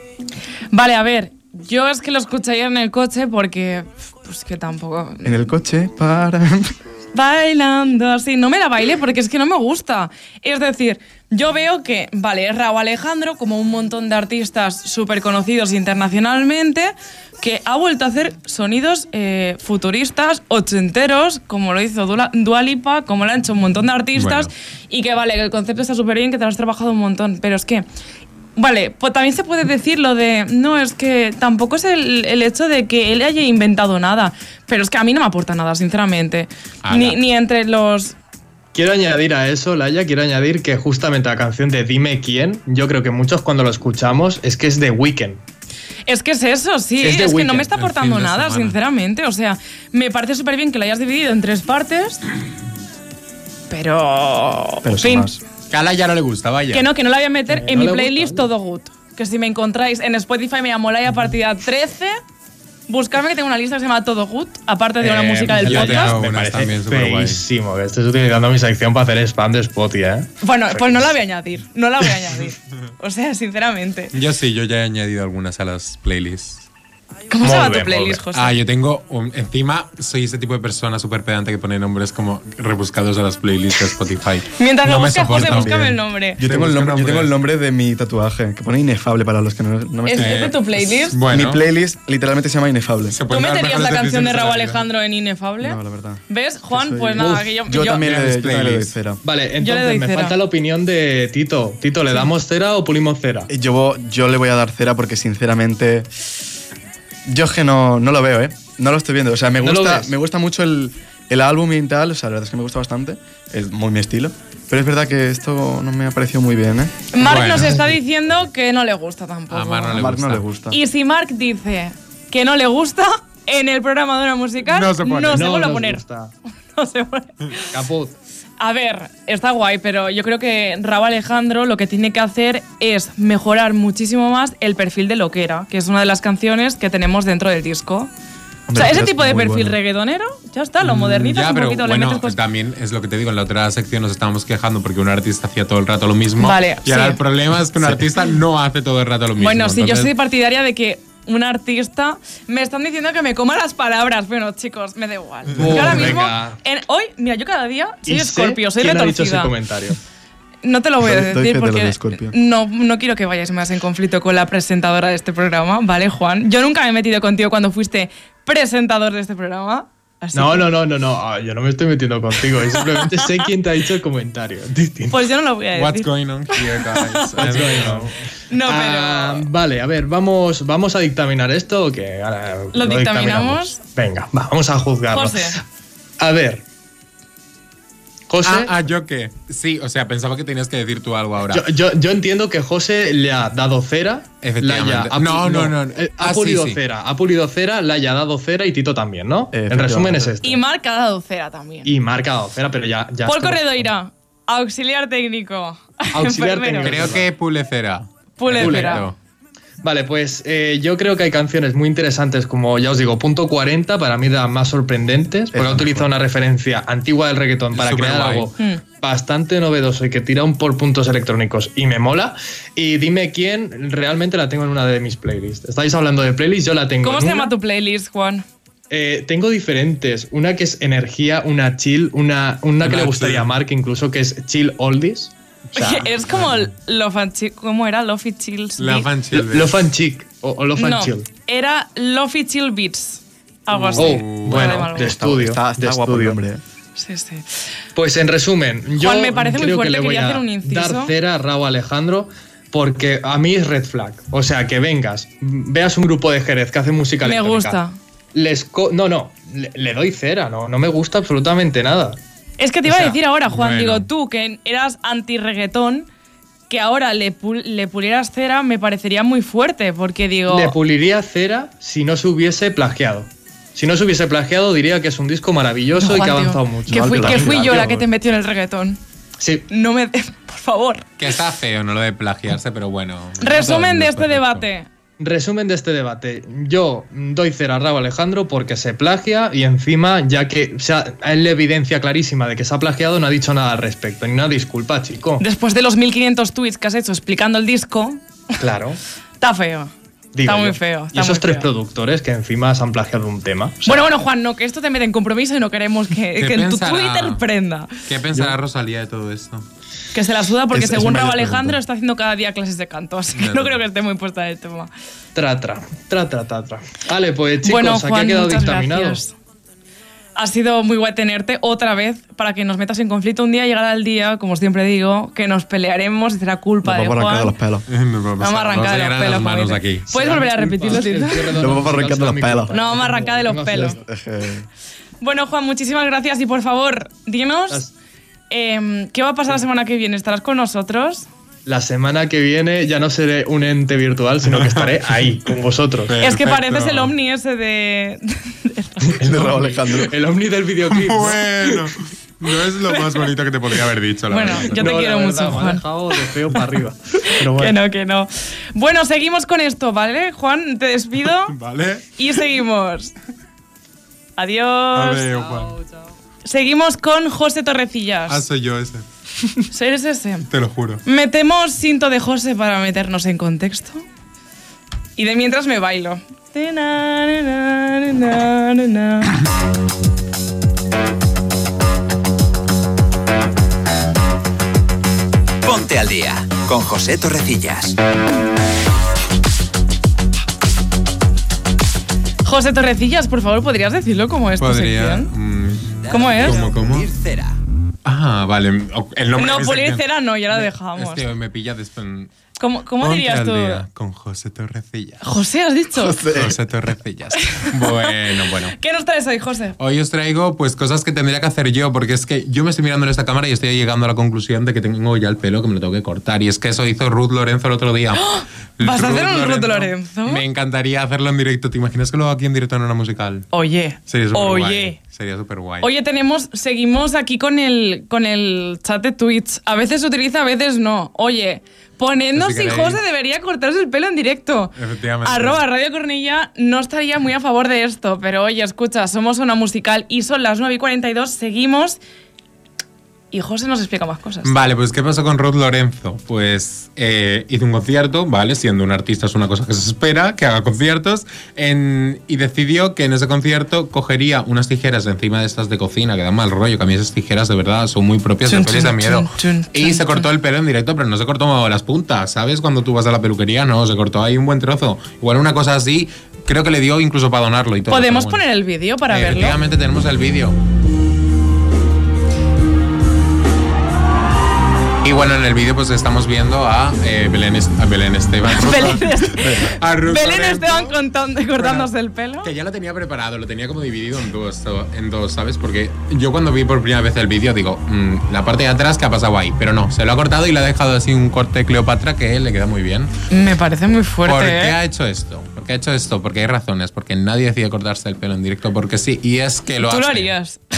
Speaker 2: Vale, a ver, yo es que lo escuché ayer en el coche porque. Pues que tampoco.
Speaker 12: En el coche para...
Speaker 2: bailando así. No me la baile porque es que no me gusta. Es decir, yo veo que, vale, es Raúl Alejandro, como un montón de artistas súper conocidos internacionalmente, que ha vuelto a hacer sonidos eh, futuristas, ochenteros, como lo hizo Dula- Dua Lipa, como lo han hecho un montón de artistas, y que vale, que el concepto está súper bien, que te lo has trabajado un montón, pero es que Vale, pues también se puede decir lo de, no, es que tampoco es el, el hecho de que él haya inventado nada, pero es que a mí no me aporta nada, sinceramente.
Speaker 11: Ala.
Speaker 2: Ni, ni entre los...
Speaker 11: Quiero añadir a eso, Laia, quiero añadir que justamente la canción de Dime quién, yo creo que muchos cuando lo escuchamos es que es de Weekend.
Speaker 2: Es que es eso, sí,
Speaker 11: Es
Speaker 2: es,
Speaker 11: The
Speaker 2: que no
Speaker 11: Weeknd,
Speaker 2: me está
Speaker 11: el fin
Speaker 2: aportando
Speaker 11: de
Speaker 2: nada,
Speaker 11: semana.
Speaker 2: sinceramente. O sea, me parece súper bien que lo hayas dividido en tres partes, pero...
Speaker 3: Pero
Speaker 2: sin fin.
Speaker 3: Cala ya no le gusta, vaya.
Speaker 2: que no, que no la voy a meter
Speaker 3: no
Speaker 2: en mi
Speaker 3: le gusta,
Speaker 2: playlist todo good. Que si me encontráis en Spotify me llamo Laia Partida 13... Buscarme que tengo una lista que se llama Todo Good, aparte de una
Speaker 11: Eh,
Speaker 2: música del
Speaker 11: yo
Speaker 2: podcast.
Speaker 11: tengo
Speaker 3: Me
Speaker 11: unas
Speaker 3: parece
Speaker 11: también
Speaker 3: superguay.
Speaker 11: feísimo que estés utilizando mi sección para hacer spam de Spotify, ¿eh?
Speaker 2: Bueno, pues no la voy a añadir, no la voy a añadir. O sea, sinceramente.
Speaker 3: Yo sí, yo ya he añadido algunas a las playlists.
Speaker 2: ¿Cómo se llama tu playlist, José?
Speaker 3: Ah, yo tengo. un- encima, soy ese tipo de persona súper pedante que pone nombres como rebuscados a las playlists de Spotify.
Speaker 2: Mientras lo
Speaker 3: me
Speaker 2: buscas, José,
Speaker 3: soportan.
Speaker 2: búscame el nombre.
Speaker 12: Yo tengo, el nombre, yo tengo el nombre de mi tatuaje, que pone inefable para los que no, no me
Speaker 2: ¿Es-
Speaker 3: Eh,
Speaker 12: estoy-
Speaker 2: es de tu playlist?
Speaker 12: Mi
Speaker 2: Bueno.
Speaker 12: playlist literalmente se llama inefable.
Speaker 2: ¿Tú
Speaker 12: pues
Speaker 2: meterías la canción de Raúl Alejandro en Inefable?
Speaker 12: No, la verdad.
Speaker 2: ¿Ves, Juan? Pues nada, que yo. yo-
Speaker 11: Vale,
Speaker 2: Yo le doy
Speaker 11: entonces me
Speaker 2: cera.
Speaker 11: falta la opinión de Tito. Tito, ¿le damos cera o pulimos cera?
Speaker 12: Yo, yo le voy a dar cera porque sinceramente. Yo es que no, no lo veo, ¿eh? No lo estoy viendo. O sea, me
Speaker 11: ¿No lo
Speaker 12: gusta,
Speaker 11: ves?
Speaker 12: me gusta mucho el, el álbum y tal. O sea, la verdad es que me gusta bastante. Es muy mi estilo. Pero es verdad que esto no me ha parecido muy bien, ¿eh?
Speaker 2: Mark nos está diciendo que no le gusta tampoco.
Speaker 12: A Mark no le A Mark no gusta. le gusta.
Speaker 2: Y si Mark dice que no le gusta, en el programa de una musical no se, vuelve a poner. *laughs* No se vuelve.
Speaker 11: Caput.
Speaker 2: A ver, está guay, pero yo creo que Raúl Alejandro lo que tiene que hacer es mejorar muchísimo más el perfil de Loquera, que es una de las canciones que tenemos dentro del disco.
Speaker 3: Hombre,
Speaker 2: o sea,
Speaker 3: pero
Speaker 2: ese
Speaker 3: es
Speaker 2: tipo de
Speaker 3: muy
Speaker 2: perfil
Speaker 3: bueno.
Speaker 2: reggaetonero, ya está, lo modernizas
Speaker 3: Mm, Ya,
Speaker 2: un
Speaker 3: pero
Speaker 2: poquito, le
Speaker 3: bueno,
Speaker 2: metes pues cosas.
Speaker 3: también es lo que te digo, en la otra sección nos estábamos quejando porque un artista hacía todo el rato lo mismo.
Speaker 2: Vale,
Speaker 3: y ahora
Speaker 2: sí.
Speaker 3: el problema es que un artista no hace todo el rato lo mismo.
Speaker 2: Bueno, sí, yo
Speaker 3: entonces-
Speaker 2: soy partidaria de que un artista me están diciendo que me coma las palabras. Bueno, chicos, me da igual.
Speaker 11: Oh,
Speaker 2: yo ahora mismo,
Speaker 11: venga.
Speaker 2: en- hoy, mira, yo cada día soy
Speaker 11: Y sé
Speaker 2: escorpio, soy
Speaker 11: ¿Quién ha dicho ese
Speaker 2: retorcida.
Speaker 11: comentario?
Speaker 2: No te lo voy a
Speaker 11: Doy- doy fe
Speaker 2: decir
Speaker 11: de lo de
Speaker 2: porque
Speaker 11: Scorpio.
Speaker 2: no, no quiero que vayáis más en conflicto con la presentadora de este programa, ¿vale, Juan? Yo nunca me he metido contigo cuando fuiste presentador de este programa. *laughs* así
Speaker 11: No,
Speaker 2: que-
Speaker 11: no, no, no, no. ah, Yo no me estoy metiendo contigo. yo Simplemente sé quién te ha dicho el comentario. *laughs*
Speaker 2: Pues yo no lo voy a decir.
Speaker 11: What's going on here, *laughs* guys? What's going on?
Speaker 2: No, pero-
Speaker 11: Ah, vale, a ver, vamos, vamos a dictaminar esto o qué? Ahora
Speaker 2: ¿Lo dictaminamos?
Speaker 11: Venga, va, vamos a juzgarlo.
Speaker 2: José.
Speaker 11: A ver. José.
Speaker 3: Ah, ah, yo qué. Sí, o sea, pensaba que tenías que decir tú algo ahora.
Speaker 11: Yo, yo- yo entiendo que José le ha dado cera.
Speaker 3: Efectivamente.
Speaker 11: Laia ha pu-
Speaker 3: No, no, no, no.
Speaker 11: eh, Ha
Speaker 3: Ah, sí,
Speaker 11: pulido
Speaker 3: sí.
Speaker 11: cera. Ha pulido cera, le haya dado cera y Tito también, ¿no? En resumen es esto.
Speaker 2: Y marca la docera también.
Speaker 11: Y marca ha dado cera, pero ya. ya
Speaker 2: Paul
Speaker 11: estamos-
Speaker 2: Corredoira, auxiliar técnico. *laughs*
Speaker 11: Auxiliar
Speaker 2: enfermero.
Speaker 11: técnico.
Speaker 3: Creo que pulecera.
Speaker 2: Pule cera.
Speaker 11: Vale, pues eh, yo creo que hay canciones muy interesantes, como ya os digo, punto 40, para mí de las más sorprendentes, porque ha utilizado una referencia antigua del reggaetón para
Speaker 3: Superguay.
Speaker 11: crear algo
Speaker 2: Mm.
Speaker 11: bastante novedoso y que tira un por puntos electrónicos y me mola. Y dime quién, realmente la tengo en una de mis playlists. Estáis hablando de playlists, yo la tengo.
Speaker 2: ¿Cómo
Speaker 11: en
Speaker 2: se
Speaker 11: una.
Speaker 2: llama tu playlist, Juan?
Speaker 11: Eh, tengo diferentes. Una que es energía, una chill, una, una, que le gustaría a Mark incluso, que es chill oldies. O sea,
Speaker 2: es como Love and Chill. ¿Cómo era? Love and Chill. Beat.
Speaker 11: Lo- Love and chill. O, o Love and
Speaker 2: no,
Speaker 11: chill.
Speaker 2: Era Love and Chill Beats. Algo así.
Speaker 11: Oh,
Speaker 2: Vale,
Speaker 11: bueno,
Speaker 2: vale.
Speaker 11: de estudio.
Speaker 12: Está- está
Speaker 11: de
Speaker 12: guapo el
Speaker 11: estudio.
Speaker 2: Sí, sí.
Speaker 11: Pues en resumen, yo
Speaker 2: Juan, me parece muy
Speaker 11: creo
Speaker 2: fuerte,
Speaker 11: que le voy
Speaker 2: quería
Speaker 11: a
Speaker 2: hacer un inciso.
Speaker 11: dar cera a Raúl Alejandro porque a mí es red flag. O sea, que vengas, veas un grupo de Jerez que hace música
Speaker 2: Me
Speaker 11: electrónica.
Speaker 2: gusta.
Speaker 11: Les co- no, no, le, le doy cera, no, no me gusta absolutamente nada.
Speaker 2: Es que te
Speaker 11: O
Speaker 2: iba a
Speaker 11: sea,
Speaker 2: decir ahora, Juan,
Speaker 11: bueno.
Speaker 2: digo, tú que eras anti-reggaetón, que ahora le, pul- le pulieras cera, me parecería muy fuerte, porque digo.
Speaker 11: Le puliría cera si no se hubiese plagiado. Si no se hubiese plagiado, diría que es un disco maravilloso y
Speaker 2: Juan,
Speaker 11: que ha
Speaker 2: tío,
Speaker 11: avanzado mucho.
Speaker 2: Que fui, que fui yo la que te metió en el reggaetón.
Speaker 11: Sí.
Speaker 2: No me. *laughs* Por favor.
Speaker 3: Que está feo, no lo de plagiarse, pero bueno.
Speaker 2: Resumen de este debate.
Speaker 11: Resumen de este debate. Yo doy cera a Raúl Alejandro porque se plagia y encima, ya que o sea, a él la evidencia clarísima de que se ha plagiado, no ha dicho nada al respecto. Ni una disculpa,
Speaker 2: *laughs*
Speaker 11: chico.
Speaker 2: Después de los 1500 tweets que has hecho explicando el disco,
Speaker 11: Claro.
Speaker 2: está feo.
Speaker 11: digo
Speaker 2: muy
Speaker 11: yo.
Speaker 2: feo,
Speaker 11: Y
Speaker 2: está
Speaker 11: esos
Speaker 2: muy
Speaker 11: tres
Speaker 2: feo.
Speaker 11: productores que encima se han plagiado un tema. o sea,
Speaker 2: bueno, bueno, Juan, no, que esto te mete en compromiso y no queremos que,
Speaker 3: ¿Qué
Speaker 2: que en tu
Speaker 3: pensará?
Speaker 2: Twitter prenda.
Speaker 3: ¿Qué pensará Rosalía de todo
Speaker 11: *laughs*
Speaker 3: esto?
Speaker 2: Que se la suda porque
Speaker 3: Es- es
Speaker 2: según
Speaker 3: una
Speaker 2: Raúl
Speaker 3: buena
Speaker 2: Alejandro está haciendo cada día clases de canto, así que
Speaker 11: No,
Speaker 2: no
Speaker 11: no.
Speaker 2: creo que esté muy puesta del tema.
Speaker 11: Tra, tra, tra, tra, tra, tra. Vale, pues chicos,
Speaker 2: Bueno,
Speaker 11: aquí
Speaker 2: Juan,
Speaker 11: ha quedado
Speaker 2: muchas
Speaker 11: dictaminado.
Speaker 2: gracias. Ha sido muy guay tenerte otra vez para que nos metas en conflicto. Un día llegará el día, como siempre digo, que nos pelearemos y será culpa de Juan.
Speaker 12: pelos.
Speaker 2: Vamos a arrancar de los pelos. como dice. ¿Puedes volver a repetirlo, Tito? *laughs*
Speaker 12: Nos vamos a arrancar de los pelos.
Speaker 2: No, vamos a arrancar de los pelos.
Speaker 11: este,
Speaker 12: Es que-
Speaker 2: *laughs* Bueno, Juan, muchísimas gracias y por favor, dinos em, qué va a pasar la semana que viene. ¿Estarás con nosotros?
Speaker 11: La semana que viene ya no seré un ente virtual, sino que
Speaker 2: *laughs*
Speaker 11: estaré ahí con vosotros.
Speaker 2: Es que pareces el ovni ese de... *laughs*
Speaker 12: El de Raúl Alejandro.
Speaker 11: El ovni del videoclip.
Speaker 3: Bueno, no es lo más bonito que te podría haber dicho, la
Speaker 2: Bueno,
Speaker 3: verdad.
Speaker 2: yo te quiero mucho,
Speaker 11: me ha
Speaker 2: Juan.
Speaker 11: dejado de feo para
Speaker 2: *laughs*
Speaker 11: arriba.
Speaker 2: Que no, que no. Bueno, seguimos con esto, ¿vale? Juan, te despido.
Speaker 3: *laughs* ¿Vale?
Speaker 2: Y seguimos. Adiós.
Speaker 3: Adeu, Juan.
Speaker 2: Seguimos con José Torrecillas.
Speaker 3: Ah, soy yo ese,
Speaker 2: ¿Soy eres ese?
Speaker 3: te lo juro.
Speaker 2: Metemos cinto de José para meternos en contexto. Y de mientras me bailo.
Speaker 1: Ponte al día con José Torrecillas.
Speaker 2: José Torrecillas, por favor, ¿podrías decirlo como es tu
Speaker 3: Podría.
Speaker 2: sección?
Speaker 3: mm,
Speaker 2: ¿Cómo es?
Speaker 3: ¿Cómo, cómo? Ah, vale. o- El nombre
Speaker 2: No,
Speaker 3: de mi
Speaker 2: pulir
Speaker 3: sección.
Speaker 2: cera no, ya la dejamos.
Speaker 3: Es que me pilla después.
Speaker 2: ¿Cómo, cómo
Speaker 3: Ponte
Speaker 2: dirías
Speaker 3: al
Speaker 2: tú?
Speaker 3: día con José Torrecillas.
Speaker 2: José, has dicho.
Speaker 3: José Torrecillas. bueno, bueno.
Speaker 2: ¿Qué nos traes hoy, José?
Speaker 3: Hoy os traigo pues cosas que tendría que hacer yo, porque es que yo me estoy mirando en esta cámara y estoy llegando a la conclusión de que tengo ya el pelo que me lo tengo que cortar. Y es que eso hizo Ruth Lorenzo el otro día.
Speaker 2: *gasps* ¿Vas a hacer un Ruth Lorenzo?
Speaker 3: Me encantaría hacerlo en directo. ¿Te imaginas que lo hago aquí en directo en una musical?
Speaker 2: Oye.
Speaker 3: Sería súper
Speaker 2: Oye.
Speaker 3: Sería súper guay.
Speaker 2: Oye, tenemos, seguimos aquí con el, con el chat de Twitch. A veces se utiliza, a veces no. Oye, ponernos
Speaker 3: Si
Speaker 2: si
Speaker 3: queréis.
Speaker 2: José debería cortarse el pelo en directo.
Speaker 3: Efectivamente.
Speaker 2: Arroba Radio Cornilla no estaría muy a favor de esto, pero oye, escucha, somos una musical y son las 9 y 42, seguimos y José nos explica más cosas.
Speaker 3: Vale, pues ¿qué pasó con Rod Lorenzo? Pues eh, hizo un concierto, ¿vale? Siendo un artista es una cosa que se espera, que haga conciertos, en- y decidió que en ese concierto cogería unas tijeras de encima de estas de cocina, que da mal rollo, que a mí esas tijeras de verdad son muy propias de
Speaker 2: Chun,
Speaker 3: pelis de
Speaker 2: chun,
Speaker 3: miedo.
Speaker 2: chun, chun,
Speaker 3: Y se cortó el pelo en directo, pero no se cortó las puntas, ¿sabes? Cuando tú vas a la peluquería, no, se cortó ahí un buen trozo. Igual una cosa así, creo que le dio incluso para donarlo y todo.
Speaker 2: ¿Podemos
Speaker 3: pero bueno.
Speaker 2: poner el vídeo para verlo?
Speaker 3: Efectivamente tenemos el vídeo. Y bueno, en el vídeo pues estamos viendo a eh, Belén, Es- a Belén
Speaker 2: *laughs*
Speaker 3: Esteban.
Speaker 2: Belén
Speaker 3: *laughs* a Ruth
Speaker 2: Belén
Speaker 3: Lorenzo,
Speaker 2: Esteban contando- cortándose el pelo.
Speaker 3: Que ya lo tenía preparado, lo tenía como dividido en dos, o- en dos ¿sabes? Porque yo cuando vi por primera vez el vídeo digo, "Mm, la parte de atrás que ha pasado ahí, pero no, se lo ha cortado y le ha dejado así un corte Cleopatra que le queda muy bien.
Speaker 2: Me parece muy fuerte.
Speaker 3: ¿Por qué
Speaker 2: ¿eh?
Speaker 3: ha hecho esto? ¿Por qué ha hecho esto? Porque hay razones, porque nadie decide cortarse el pelo en directo porque sí, y es que lo
Speaker 2: Tú
Speaker 3: hace.
Speaker 2: lo harías. *laughs*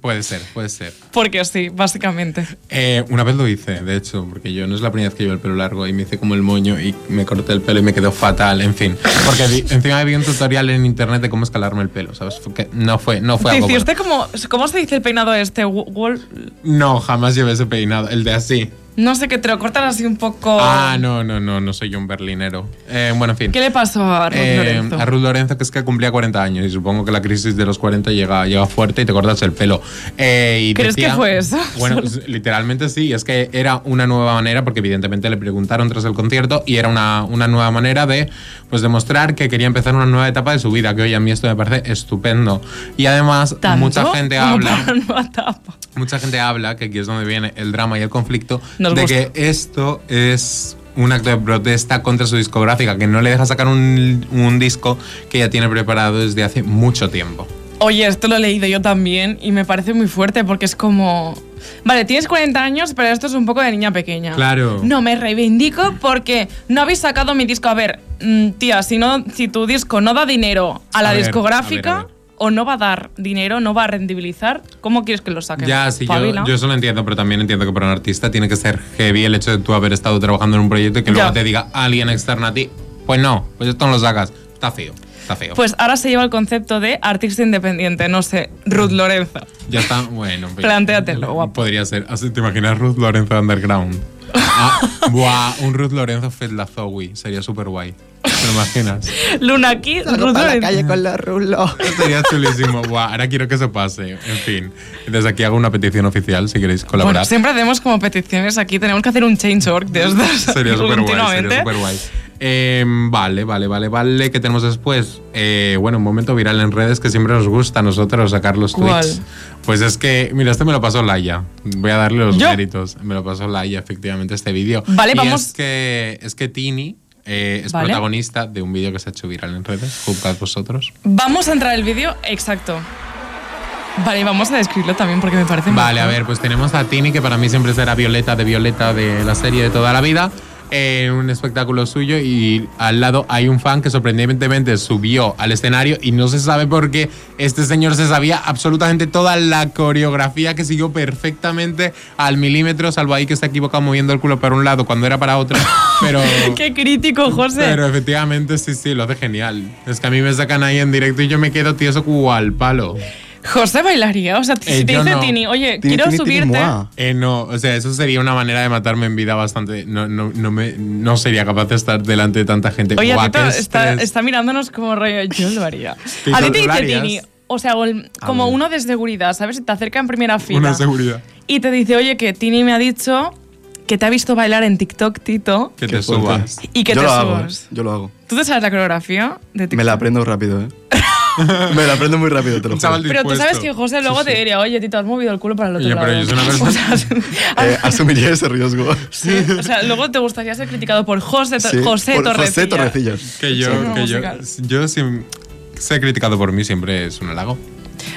Speaker 3: Puede ser, puede ser.
Speaker 2: Porque sí, básicamente.
Speaker 3: Eh, una vez lo hice, de hecho, porque yo no es la primera vez que llevo el pelo largo y me hice como el moño y me corté el pelo y me quedó fatal, en fin. Porque vi- encima vi un tutorial en internet de cómo escalarme el pelo, ¿sabes? Fue que no fue, no fue
Speaker 2: ¿Te
Speaker 3: algo bueno.
Speaker 2: hiciste como. ¿Cómo se dice el peinado este? Wo- wol-
Speaker 3: No, jamás llevé ese peinado, el de así.
Speaker 2: No sé, que te lo cortan así un poco.
Speaker 3: Ah, no, no, no, no soy yo un berlinero. Eh, bueno, en fin.
Speaker 2: ¿Qué le pasó a Ruth
Speaker 3: Eh,
Speaker 2: Lorenzo?
Speaker 3: a Ruth Lorenzo, que es que cumplía 40 años y supongo que la crisis de los 40 llega, llega fuerte y te cortas el pelo. Eh, y
Speaker 2: ¿Crees que fue eso?
Speaker 3: *laughs* Bueno,
Speaker 2: Solo.
Speaker 3: s- literalmente sí, es que era una nueva manera, porque evidentemente le preguntaron tras el concierto y era una, una nueva manera de pues, demostrar que quería empezar una nueva etapa de su vida, que hoy a mí esto me parece estupendo. Y además,
Speaker 2: ¿Tanto?
Speaker 3: mucha gente
Speaker 2: Como
Speaker 3: habla.
Speaker 2: para no atar-
Speaker 3: Mucha gente habla, que aquí es donde viene el drama y el conflicto,
Speaker 2: Nos
Speaker 3: de
Speaker 2: gusta.
Speaker 3: que esto es un acto de protesta contra su discográfica, que no le deja sacar un, un disco que ya tiene preparado desde hace mucho tiempo.
Speaker 2: Oye, esto lo he leído yo también y me parece muy fuerte porque es como. Vale, tienes 40 años, pero esto es un poco de niña pequeña.
Speaker 3: Claro.
Speaker 2: No me reivindico porque no habéis sacado mi disco. A ver, mm, tía, si, no, si tu disco no da dinero a la
Speaker 3: A ver,
Speaker 2: discográfica.
Speaker 3: a ver, a
Speaker 2: O no va a dar dinero, no va a rendibilizar. ¿Cómo quieres que lo saquen?
Speaker 3: Ya, sí,
Speaker 2: Pabila.
Speaker 3: yo, yo eso lo entiendo, pero también entiendo que para un artista tiene que ser heavy el hecho de tú haber estado trabajando en un proyecto y que luego
Speaker 2: Ya.
Speaker 3: te diga alguien externo a ti, pues no, pues esto no lo sacas, está feo, está feo.
Speaker 2: Pues ahora se lleva el concepto de artista independiente, no sé, Ruth *laughs* Lorenzo.
Speaker 3: ya está, bueno. pues, mm,
Speaker 2: Plantéatelo, guapo.
Speaker 3: Ah, Podría ser, así te imaginas Ruth Lorenzo Underground.
Speaker 2: *laughs*
Speaker 3: Ah, buah, un Ruth Lorenzo Fedlazowi. Sería súper guay. ¿Te lo imaginas?
Speaker 2: Luna aquí, Ruth Lorenzo.
Speaker 3: los rulos. Sería chulísimo. Buah, ahora quiero que eso pase. En fin, desde aquí hago una petición oficial si queréis colaborar.
Speaker 2: Bueno, siempre hacemos como peticiones aquí, tenemos que hacer un change.org de estas
Speaker 3: *laughs*
Speaker 2: *laughs*
Speaker 3: Sería súper guay,
Speaker 2: continuamente.
Speaker 3: sería súper guay. Eh, vale, vale, vale, vale. ¿Qué tenemos después? Eh, bueno, un momento viral en redes que siempre nos gusta a nosotros sacar los
Speaker 2: ¿Cuál?
Speaker 3: tweets. Pues es que, mira, este me lo pasó Laia. Voy a darle los
Speaker 2: ¿Yo?
Speaker 3: méritos. Me lo pasó Laia, efectivamente, este vídeo.
Speaker 2: Vale,
Speaker 3: Y
Speaker 2: vamos-
Speaker 3: Es que, es que Tini eh, es
Speaker 2: Vale.
Speaker 3: protagonista de un vídeo que se ha hecho viral en redes. Juzgad vosotros.
Speaker 2: Vamos a entrar al vídeo, exacto. Vale, y vamos a describirlo también porque me parece
Speaker 3: Vale, a
Speaker 2: mejor.
Speaker 3: ver, pues tenemos a Tini, que para mí siempre será Violeta de Violeta de la serie de toda la vida, en un espectáculo suyo y al lado hay un fan que sorprendentemente subió al escenario y no se sabe por qué este señor se sabía absolutamente toda la coreografía que siguió perfectamente al milímetro, salvo ahí que está equivocado moviendo el culo para un lado cuando era para otro, pero...
Speaker 2: *laughs* Qué crítico, José.
Speaker 3: Pero efectivamente, sí, sí, lo hace genial. Es que a mí me sacan ahí en directo y yo me quedo tieso cual palo.
Speaker 2: José bailaría, o sea,
Speaker 3: Eh,
Speaker 2: si te
Speaker 3: yo
Speaker 2: dice
Speaker 3: no.
Speaker 2: Tini, oye, quiero subirte.
Speaker 3: Eh, no, o sea, eso sería una manera de matarme en vida bastante. No, no, no, me, no sería capaz de estar delante de tanta gente.
Speaker 2: Oye,
Speaker 3: Guau,
Speaker 2: Tito
Speaker 3: qué
Speaker 2: está,
Speaker 3: estrés.
Speaker 2: está mirándonos como rollo, yo lo haría.
Speaker 3: Tito,
Speaker 2: a ti
Speaker 3: ¿tú
Speaker 2: te
Speaker 3: lo
Speaker 2: dice
Speaker 3: harías?
Speaker 2: Tini, o sea, o el- como
Speaker 3: ver.
Speaker 2: uno de seguridad, ¿sabes? Te acerca en primera fila.
Speaker 3: Una seguridad.
Speaker 2: Y te dice, oye, que Tini me ha dicho que te ha visto bailar en TikTok, Tito.
Speaker 3: Que te subas.
Speaker 2: Y que
Speaker 12: yo
Speaker 2: te
Speaker 12: lo hago,
Speaker 2: subas.
Speaker 12: ¿eh? yo lo hago.
Speaker 2: ¿Tú te sabes la coreografía de TikTok?
Speaker 12: Me la aprendo rápido, ¿eh? Me la aprendo muy rápido, te lo juro.
Speaker 2: Pero tú sabes que José luego te diría, oye, Tito, has movido el culo para el otro
Speaker 12: Oye,
Speaker 2: lado.
Speaker 12: pero yo soy una persona-
Speaker 2: *laughs* o, sea,
Speaker 12: Eh, asumiría ese riesgo. Sí,
Speaker 2: o sea, luego te gustaría ser criticado por José, Tor- José
Speaker 12: por-
Speaker 2: Torrecilla.
Speaker 12: José Torrecilla.
Speaker 3: Que
Speaker 2: Sí,
Speaker 3: yo, que yo,
Speaker 2: musical.
Speaker 3: yo si ser criticado por mí siempre es un halago.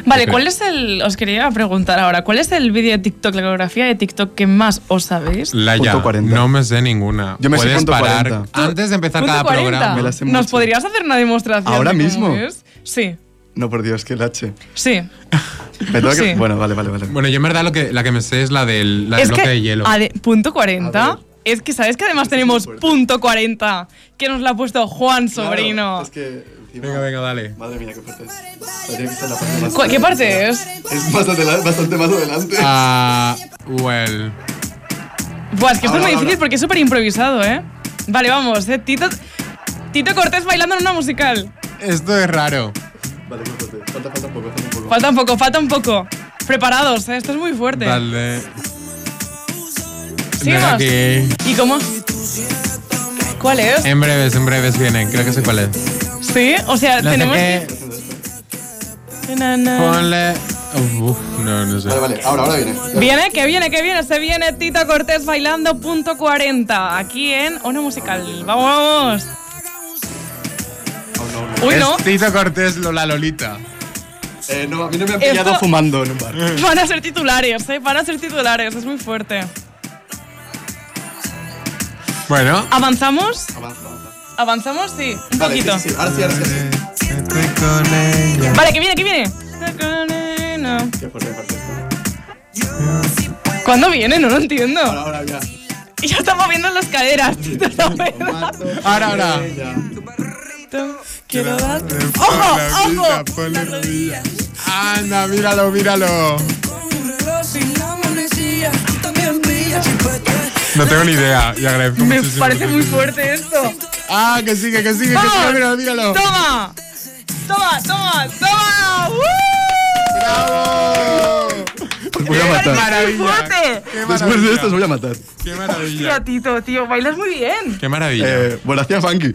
Speaker 2: Vale,
Speaker 3: Yo
Speaker 2: ¿cuál
Speaker 3: creo.
Speaker 2: es el. Os quería preguntar ahora, ¿cuál es el vídeo de TikTok, la coreografía de TikTok que más os sabéis?
Speaker 3: Laia, no me sé ninguna.
Speaker 12: Yo me sé
Speaker 3: Puedes
Speaker 12: punto
Speaker 3: parar.
Speaker 12: 40.
Speaker 3: Antes de empezar
Speaker 2: Punto
Speaker 3: cada
Speaker 2: 40.
Speaker 3: programa.
Speaker 2: ¿Nos podrías hacer una demostración?
Speaker 12: ¿Ahora
Speaker 2: de cómo
Speaker 12: mismo?
Speaker 2: es? Sí,
Speaker 12: No, por Dios, que el H.
Speaker 2: sí.
Speaker 12: Me tengo que-
Speaker 2: Sí.
Speaker 12: Bueno, vale, vale, vale.
Speaker 3: Bueno, yo en verdad lo que, la que me sé es la del, la del
Speaker 2: es
Speaker 3: bloque
Speaker 2: que,
Speaker 3: de hielo.
Speaker 2: ade- punto 40. Es que sabes que además tenemos punto 40, que nos la ha puesto Juan Sobrino.
Speaker 3: Venga, venga, dale.
Speaker 12: Madre mía, qué fuerte es. Tendría que ser la parte más-
Speaker 2: ¿Cuál- ¿Qué parte es?
Speaker 12: Es más adela- bastante más adelante.
Speaker 3: Ah, well.
Speaker 2: Buah, es que
Speaker 3: Ahora,
Speaker 2: esto es muy
Speaker 3: ahora.
Speaker 2: difícil porque es súper improvisado, ¿eh? Vale, vamos, ¿eh? Tito, Tito Cortés bailando en una musical.
Speaker 3: Esto es raro.
Speaker 12: Vale, qué fuerte. Falta, falta un poco, falta un poco.
Speaker 2: Falta un poco, falta un poco. Preparados, ¿eh? Esto es muy fuerte.
Speaker 3: Dale.
Speaker 2: Sigue más.
Speaker 3: Ven aquí.
Speaker 2: ¿Y cómo? ¿Cuál es?
Speaker 3: En breves, en breves vienen. Creo que sé cuál es.
Speaker 2: Sí, o sea,
Speaker 3: La
Speaker 2: tenemos
Speaker 3: saqué.
Speaker 2: que- Na, na.
Speaker 3: Ponle. Uf, no, no sé. Vale,
Speaker 12: vale, ahora, ahora viene.
Speaker 2: Viene, que viene, que viene, se viene Tito Cortés bailando punto 40 aquí en Una Musical. ¡Vamos! Uy, no.
Speaker 3: Es Tito Cortés, Lola Lolita.
Speaker 12: Eh, no, a mí no me han
Speaker 2: Esto-
Speaker 12: pillado fumando en un bar.
Speaker 2: *laughs* Van a ser titulares, ¿eh? Van a ser titulares, es muy fuerte.
Speaker 3: Bueno.
Speaker 2: ¿Avanzamos? ¿Avanzamos? Sí, un poquito.
Speaker 12: ahora sí, ahora sí.
Speaker 2: Vale, que viene, que viene. ¿Cuándo viene? No lo entiendo. Ahora,
Speaker 12: ahora, ya.
Speaker 2: *laughs* Ya está moviendo las caderas, Tito, la verdad.
Speaker 3: Ahora, ahora.
Speaker 2: Quiero darte.
Speaker 3: ¡Ojo!
Speaker 2: ¡Ojo!
Speaker 3: Anda, míralo, míralo. No tengo ni idea y agradezco
Speaker 2: Me
Speaker 3: muchísimo.
Speaker 2: parece muy fuerte esto.
Speaker 3: Ah, que sigue, que sigue, que
Speaker 2: ¡Vamos!
Speaker 3: sigue, míralo, míralo.
Speaker 2: ¡Toma! ¡Toma, toma, toma! ¡Uh! ¡Woo!
Speaker 12: ¡Bravo! Os voy a
Speaker 3: Eh,
Speaker 2: Me parece
Speaker 12: matar.
Speaker 2: muy fuerte!
Speaker 12: Después de esto os voy a matar.
Speaker 3: ¡Qué maravilla!
Speaker 2: Hostia, Tito, tío, bailas muy bien.
Speaker 3: ¡Qué maravilla! *laughs*
Speaker 12: Eh, bueno, hacía funky.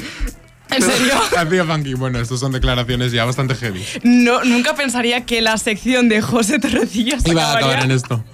Speaker 2: ¿En serio?
Speaker 3: Hacía funky. Bueno, estas son declaraciones ya bastante heavy.
Speaker 2: No, nunca pensaría que la sección de José Torrecillas
Speaker 3: Iba a acabar en
Speaker 2: acabaría.
Speaker 3: esto.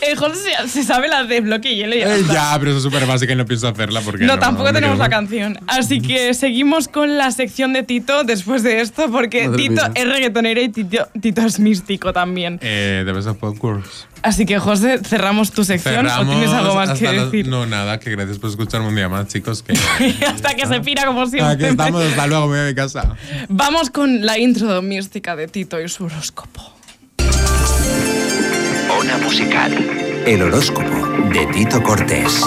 Speaker 2: Eh, José se, se sabe la de bloque y hielo y ya
Speaker 3: Eh,
Speaker 2: está.
Speaker 3: ya, pero eso es súper básica y no pienso hacerla porque.
Speaker 2: No, tampoco
Speaker 3: me
Speaker 2: tenemos
Speaker 3: quedo-
Speaker 2: la canción. Así que seguimos con la sección de Tito después de esto, porque
Speaker 3: Madre
Speaker 2: Tito
Speaker 3: mía.
Speaker 2: es reggaetonero y Tito, Tito es místico también.
Speaker 3: Eh, The Best of Pop Girls.
Speaker 2: Así que, José, cerramos tu sección o tienes algo más que
Speaker 3: hasta las-
Speaker 2: decir.
Speaker 3: No, nada, que gracias por escucharme un día más, chicos.
Speaker 2: *laughs*
Speaker 3: Que
Speaker 2: hasta que se pira, como siempre.
Speaker 3: aquí estamos, hasta luego, me voy a mi casa.
Speaker 2: Vamos con la intro doméstica de Tito y su horóscopo.
Speaker 1: Ona Musical. El horóscopo de Tito Cortés.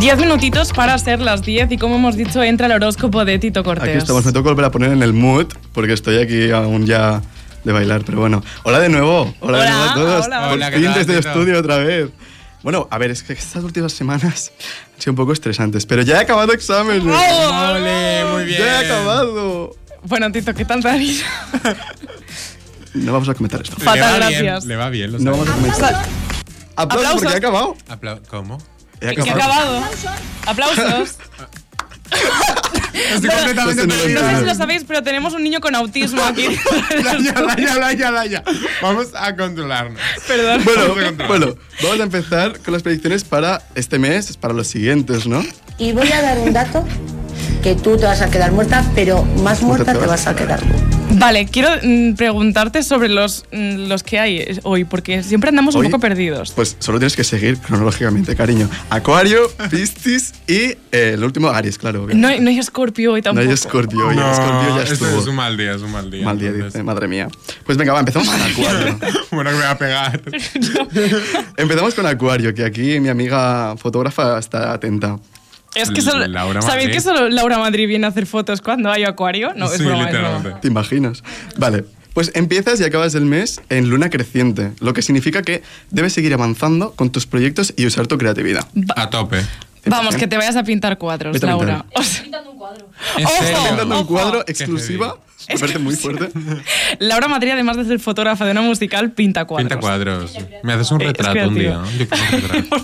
Speaker 2: Diez minutitos para ser las 10 y como hemos dicho entra el horóscopo de Tito Cortés.
Speaker 12: Aquí estamos, me tengo que volver a poner en el mood porque estoy aquí aún ya de bailar, pero bueno. Hola de nuevo, hola, de
Speaker 2: Hola,
Speaker 12: nuevo a todos.
Speaker 2: hola.
Speaker 12: Por
Speaker 2: Hola, ¿qué
Speaker 12: fin
Speaker 2: tal,
Speaker 12: desde el
Speaker 2: Tito?
Speaker 12: estudio otra vez. Bueno, a ver, es que estas últimas semanas han sido un poco estresantes, pero ya he acabado exámenes.
Speaker 2: ¡Bravo! ¡Ole, muy bien!
Speaker 12: Ya he acabado.
Speaker 2: Bueno, Tito, ¿qué tanta risa?
Speaker 12: No vamos a comentar esto.
Speaker 2: Fatal, Le va bien, gracias.
Speaker 3: le va bien.
Speaker 12: No vamos a comentar. Aplausos porque
Speaker 2: Aplausos.
Speaker 12: he acabado.
Speaker 3: Apla- ¿Cómo?
Speaker 12: He
Speaker 2: Que ha acabado.
Speaker 12: *laughs*
Speaker 2: Aplausos.
Speaker 12: Estoy completamente
Speaker 2: no
Speaker 12: perdido.
Speaker 2: sé si lo sabéis, pero tenemos un niño con autismo
Speaker 12: *laughs*
Speaker 2: aquí. *laughs*
Speaker 3: Laia, Laia, Laia, Laia. Vamos a controlarnos.
Speaker 2: Perdón.
Speaker 12: Bueno, bueno, vamos a empezar con las predicciones para este mes, para los siguientes, ¿no?
Speaker 13: Y voy a dar un dato que tú te vas a quedar muerta, pero más muerta te vas a quedar.
Speaker 2: Vale, quiero mm, preguntarte sobre los, mm, los que hay hoy, porque siempre andamos
Speaker 12: Hoy-
Speaker 2: un poco perdidos.
Speaker 12: Pues solo tienes que seguir cronológicamente, cariño. Acuario, Piscis y eh, el último Aries, claro. obvio.
Speaker 2: No hay, no hay Scorpio hoy
Speaker 12: No
Speaker 2: tampoco.
Speaker 12: hay Escorpio, hoy,
Speaker 3: No,
Speaker 12: Escorpio ya
Speaker 3: esto
Speaker 12: estuvo.
Speaker 3: es un mal día, es un mal día.
Speaker 12: Mal día, dice, madre mía. Pues venga, va, empezamos con Acuario.
Speaker 3: *laughs* bueno, que me va a pegar.
Speaker 12: *laughs* empezamos con Acuario, que aquí mi amiga fotógrafa está atenta.
Speaker 2: Es que solo,
Speaker 12: Laura
Speaker 2: ¿Sabéis
Speaker 12: Madrid.
Speaker 2: que solo Laura Madrid viene a hacer fotos cuando hay acuario? No, es broma, es broma.
Speaker 12: ¿Te imaginas? Vale, pues empiezas y acabas el mes en luna creciente, lo que significa que debes seguir avanzando con tus proyectos y usar tu creatividad.
Speaker 3: A tope.
Speaker 2: Vamos, que te vayas a pintar cuadros,
Speaker 12: Vete a pintar.
Speaker 2: Laura. O sea-
Speaker 12: Estoy pintando un
Speaker 2: ¡Ojo!
Speaker 12: cuadro exclusiva, me parece muy fuerte.
Speaker 2: Laura Madrid, además de ser fotógrafa de una musical, pinta cuadros.
Speaker 3: Pinta cuadros. Me haces un retrato un día.
Speaker 2: creativo. *laughs*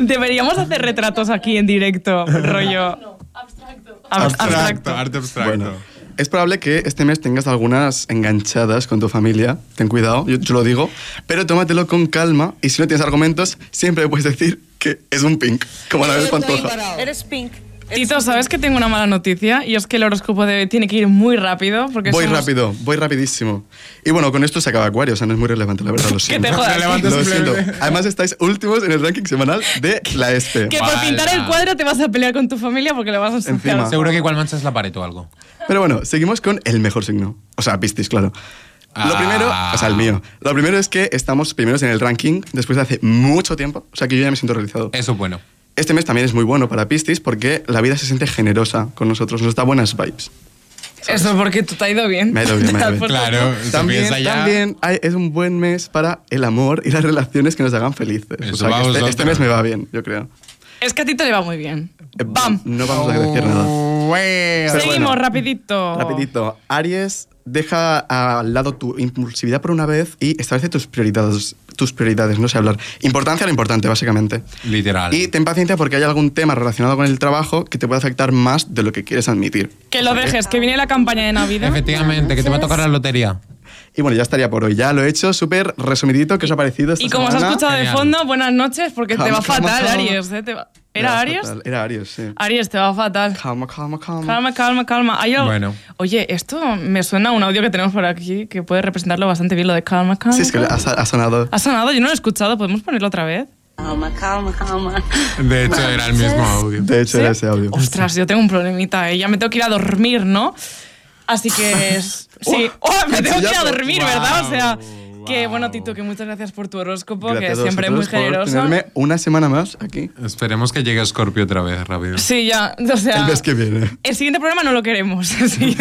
Speaker 2: Deberíamos hacer retratos aquí en directo, rollo. abstracto.
Speaker 3: Abstracto, arte abstracto.
Speaker 12: Es probable que este mes tengas algunas enganchadas con tu familia. Ten cuidado, yo, yo lo digo. Pero tómatelo con calma y si no tienes argumentos, siempre puedes decir que es un pink, como la vez Pantoja.
Speaker 13: Eres pink.
Speaker 2: Tito, ¿sabes que tengo una mala noticia? Y es que el horóscopo de- tiene que ir muy rápido. Porque
Speaker 12: Voy
Speaker 2: somos-
Speaker 12: rápido, voy rapidísimo. Y bueno, con esto se acaba Acuario, o sea, no es muy relevante, la
Speaker 2: *laughs*
Speaker 12: verdad, lo siento.
Speaker 2: te jodas. Relevante
Speaker 12: Lo siento.
Speaker 2: simplemente.
Speaker 12: Además, estáis últimos en el ranking semanal de la ESPE.
Speaker 2: Que por pintar el cuadro te vas a pelear con tu familia porque lo vas a ensuciar.
Speaker 12: Encima. Seguro
Speaker 3: que igual manchas la pared o algo.
Speaker 12: Pero bueno, seguimos con el mejor signo. O sea, Piscis, claro. Lo
Speaker 3: Ah.
Speaker 12: primero, o sea, el mío. Lo primero es que estamos primeros en el ranking después de hace mucho tiempo. O sea, que yo ya me siento realizado.
Speaker 3: Eso es bueno.
Speaker 12: Este mes también es muy bueno para Piscis porque la vida se siente generosa con nosotros, nos da buenas vibes.
Speaker 2: Eso porque tú te ha ido bien.
Speaker 12: Me ha ido bien, me ha ido bien.
Speaker 2: Por supuesto.
Speaker 12: también, también hay- es un buen mes para el amor y las relaciones que nos hagan felices.
Speaker 3: Eso
Speaker 12: o sea,
Speaker 3: va a
Speaker 12: que este,
Speaker 3: vosotros.
Speaker 12: este mes me va bien, yo creo.
Speaker 2: Es que a Tito le va muy bien. ¡Bam!
Speaker 12: No vamos a decir nada. Eh, Pero
Speaker 2: Seguimos,
Speaker 12: bueno.
Speaker 2: rapidito.
Speaker 12: Rapidito, Aries, deja al lado tu impulsividad por una vez y establece tus prioridades, tus prioridades, no sé hablar. Importancia a lo importante, básicamente.
Speaker 3: Literal.
Speaker 12: Y ten paciencia porque hay algún tema relacionado con el trabajo que te puede afectar más de lo que quieres admitir.
Speaker 2: Que lo dejes, que viene la campaña de Navidad.
Speaker 3: Efectivamente, que te va a tocar la lotería.
Speaker 12: Y bueno, ya estaría por hoy. Ya lo he hecho súper resumidito. ¿Qué os ha parecido esta
Speaker 2: Y como os ha
Speaker 12: semana?
Speaker 2: escuchado de fondo, buenas noches, porque te
Speaker 12: Calma,
Speaker 2: va
Speaker 12: calma,
Speaker 2: fatal,
Speaker 12: calma.
Speaker 2: Aries. ¿eh? Te va-
Speaker 12: Me
Speaker 2: ¿Era
Speaker 12: va
Speaker 2: Aries?
Speaker 12: fatal. Era Aries, sí.
Speaker 2: Aries, te va fatal.
Speaker 12: Calma, calma, calma.
Speaker 2: Calma, calma, calma. Hay algo-
Speaker 12: Bueno.
Speaker 2: Oye, esto me suena a un audio que tenemos por aquí que puede representarlo bastante bien, lo de calma, calma.
Speaker 12: Sí, es que ha, ha sonado.
Speaker 2: ¿Ha sonado? Yo no lo he escuchado. ¿Podemos ponerlo otra vez?
Speaker 13: Calma, calma, calma.
Speaker 3: De hecho, era el mismo audio.
Speaker 12: De hecho, era ese
Speaker 2: *laughs*
Speaker 12: audio.
Speaker 2: Ostras, yo tengo un problemita, ¿eh? Ya me tengo que ir a dormir, ¿no? Así
Speaker 12: *laughs*
Speaker 2: que... es- sí. ¡Oh, me tengo que ir a dormir, ¿verdad? O sea... Que bueno, Tito, que muchas gracias por tu horóscopo,
Speaker 12: Gracias
Speaker 2: que
Speaker 12: a
Speaker 2: siempre es muy
Speaker 12: vosotros por
Speaker 2: generoso.
Speaker 12: tenerme una semana más aquí.
Speaker 3: Esperemos que llegue Scorpio otra vez, rápido.
Speaker 2: Sí, ya, o sea...
Speaker 3: El mes que
Speaker 12: viene.
Speaker 2: El siguiente programa no lo queremos. *laughs* sí.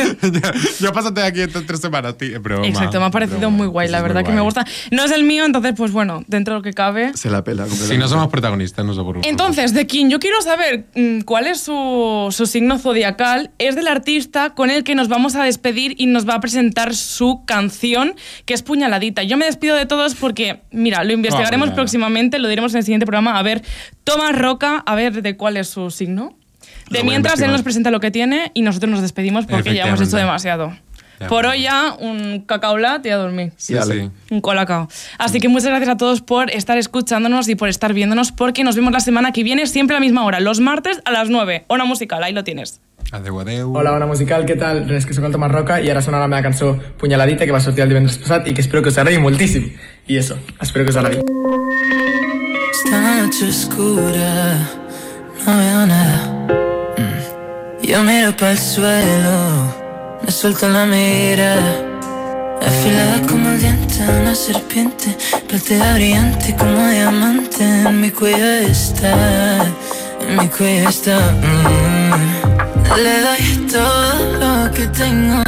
Speaker 3: Ya pásate de aquí en tres semanas, tío. Broma,
Speaker 2: Exacto, me ha parecido muy guay, la verdad que me gusta. No es el mío, entonces, pues bueno, dentro de lo que cabe.
Speaker 12: Se la pela
Speaker 3: Si no somos protagonistas, nos aburrimos.
Speaker 2: Entonces, de quien yo quiero saber mm, cuál es su, su signo zodiacal, es del artista con el que nos vamos a despedir y nos va a presentar su canción, que es Puñaladita. Yo me despido de todos porque, mira, lo investigaremos
Speaker 14: Vamos, ya.
Speaker 2: próximamente, lo diremos en el siguiente programa. A ver, Tomás Roca, a ver de cuál es su signo. De
Speaker 14: Lo voy a
Speaker 2: mientras, él
Speaker 14: investigar.
Speaker 2: nos presenta lo que tiene y nosotros nos despedimos porque ya hemos hecho
Speaker 14: Efectivamente.
Speaker 2: demasiado.
Speaker 14: Ya.
Speaker 2: Por hoy ya un cacao latte y a dormir.
Speaker 14: Sí, Dale. sí.
Speaker 2: Un colacao. Así que muchas gracias a todos por estar escuchándonos y por estar viéndonos porque nos vemos la semana que viene siempre a la misma hora, los martes a las 9. Hora musical, ahí lo tienes.
Speaker 3: Adeu, adeu.
Speaker 15: Hola, bona musical, què tal? Res, que sóc el Tomàs Roca i ara sona la meva cançó Punyaladita que va sortir el divendres passat i que espero que us agradi moltíssim. I eso, espero que us agradi.
Speaker 14: Esta noche oscura no veo nada. Mm. Yo miro para el suelo, me suelto la mirada. Afilada como el diente de una serpiente, platea brillante como diamante en mi cuello está. En me cuesta. mm. Le doy todo lo que tengo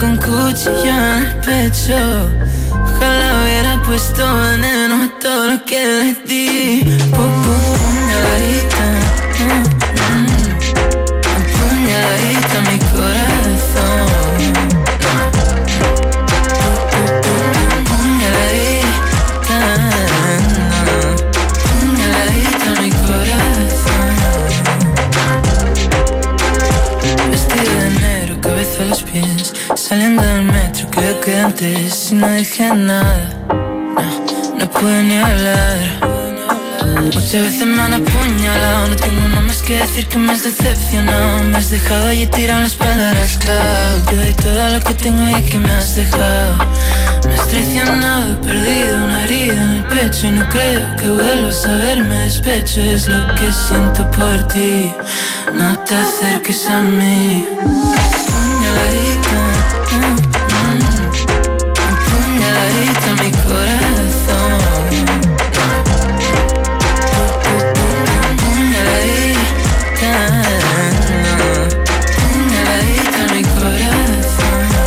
Speaker 14: con cuchillo en el pecho. Ojalá hubiera puesto veneno a todo lo que le di. Pum, pum, puñaladita. mm, mm. Puñaladita a mi corazón. Puñaladita, puñaladita a mi corazón. Vestido de negro, cabeza a los pies. Saliendo del metro, creo que antes no dije nada. No, no pude ni hablar. Muchas veces me han apuñalado, no tengo nada más que decir que me has decepcionado. Me has dejado allí tirado las palabras, claro. Te doy todo lo que tengo y que me has dejado. Me has traicionado, he perdido una herida en el pecho y no creo que vuelvas a verme despecho. Es lo que siento por ti, no te acerques a mí. Puñaladita, mm, mm. puñaladita a mi corazón. Puñaladita, puñaladita a mi corazón.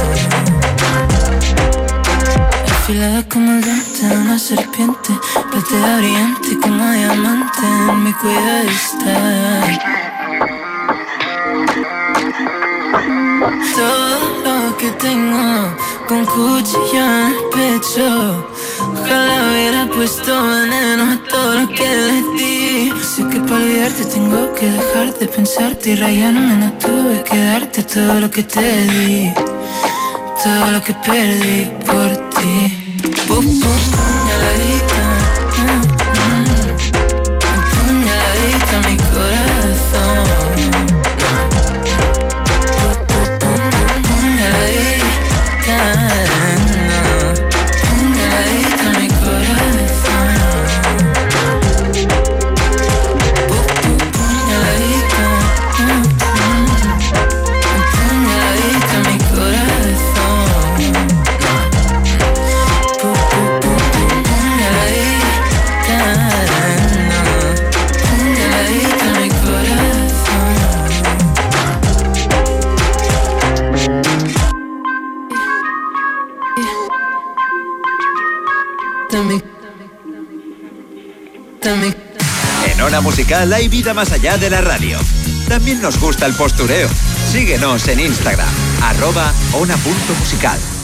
Speaker 14: Afilada como el diente de una serpiente, platea brillante como diamante en mi cuello está. Todo lo que tengo con cuchillo en el pecho, ojalá hubiera puesto veneno a todo lo que le di. Sé que para olvidarte tengo que dejar de pensarte y rayarme, no tuve que darte todo lo que te di, todo lo que perdí por ti. Pum, pum, puñaladita. mm, mm. Puñaladita a mi corazón. Puñaladita, no. Puñaladita a mi corazón. Pu- pu- Puñaladita, mm, mm. Puñaladita a mi corazón. Pu- pu- pu- Puñaladita, no. Puñaladita a mi corazón. Dame. Dame.
Speaker 1: En Ona Musical hay vida más allá de la radio. También nos gusta el postureo. Síguenos en Instagram, arroba ona.musical.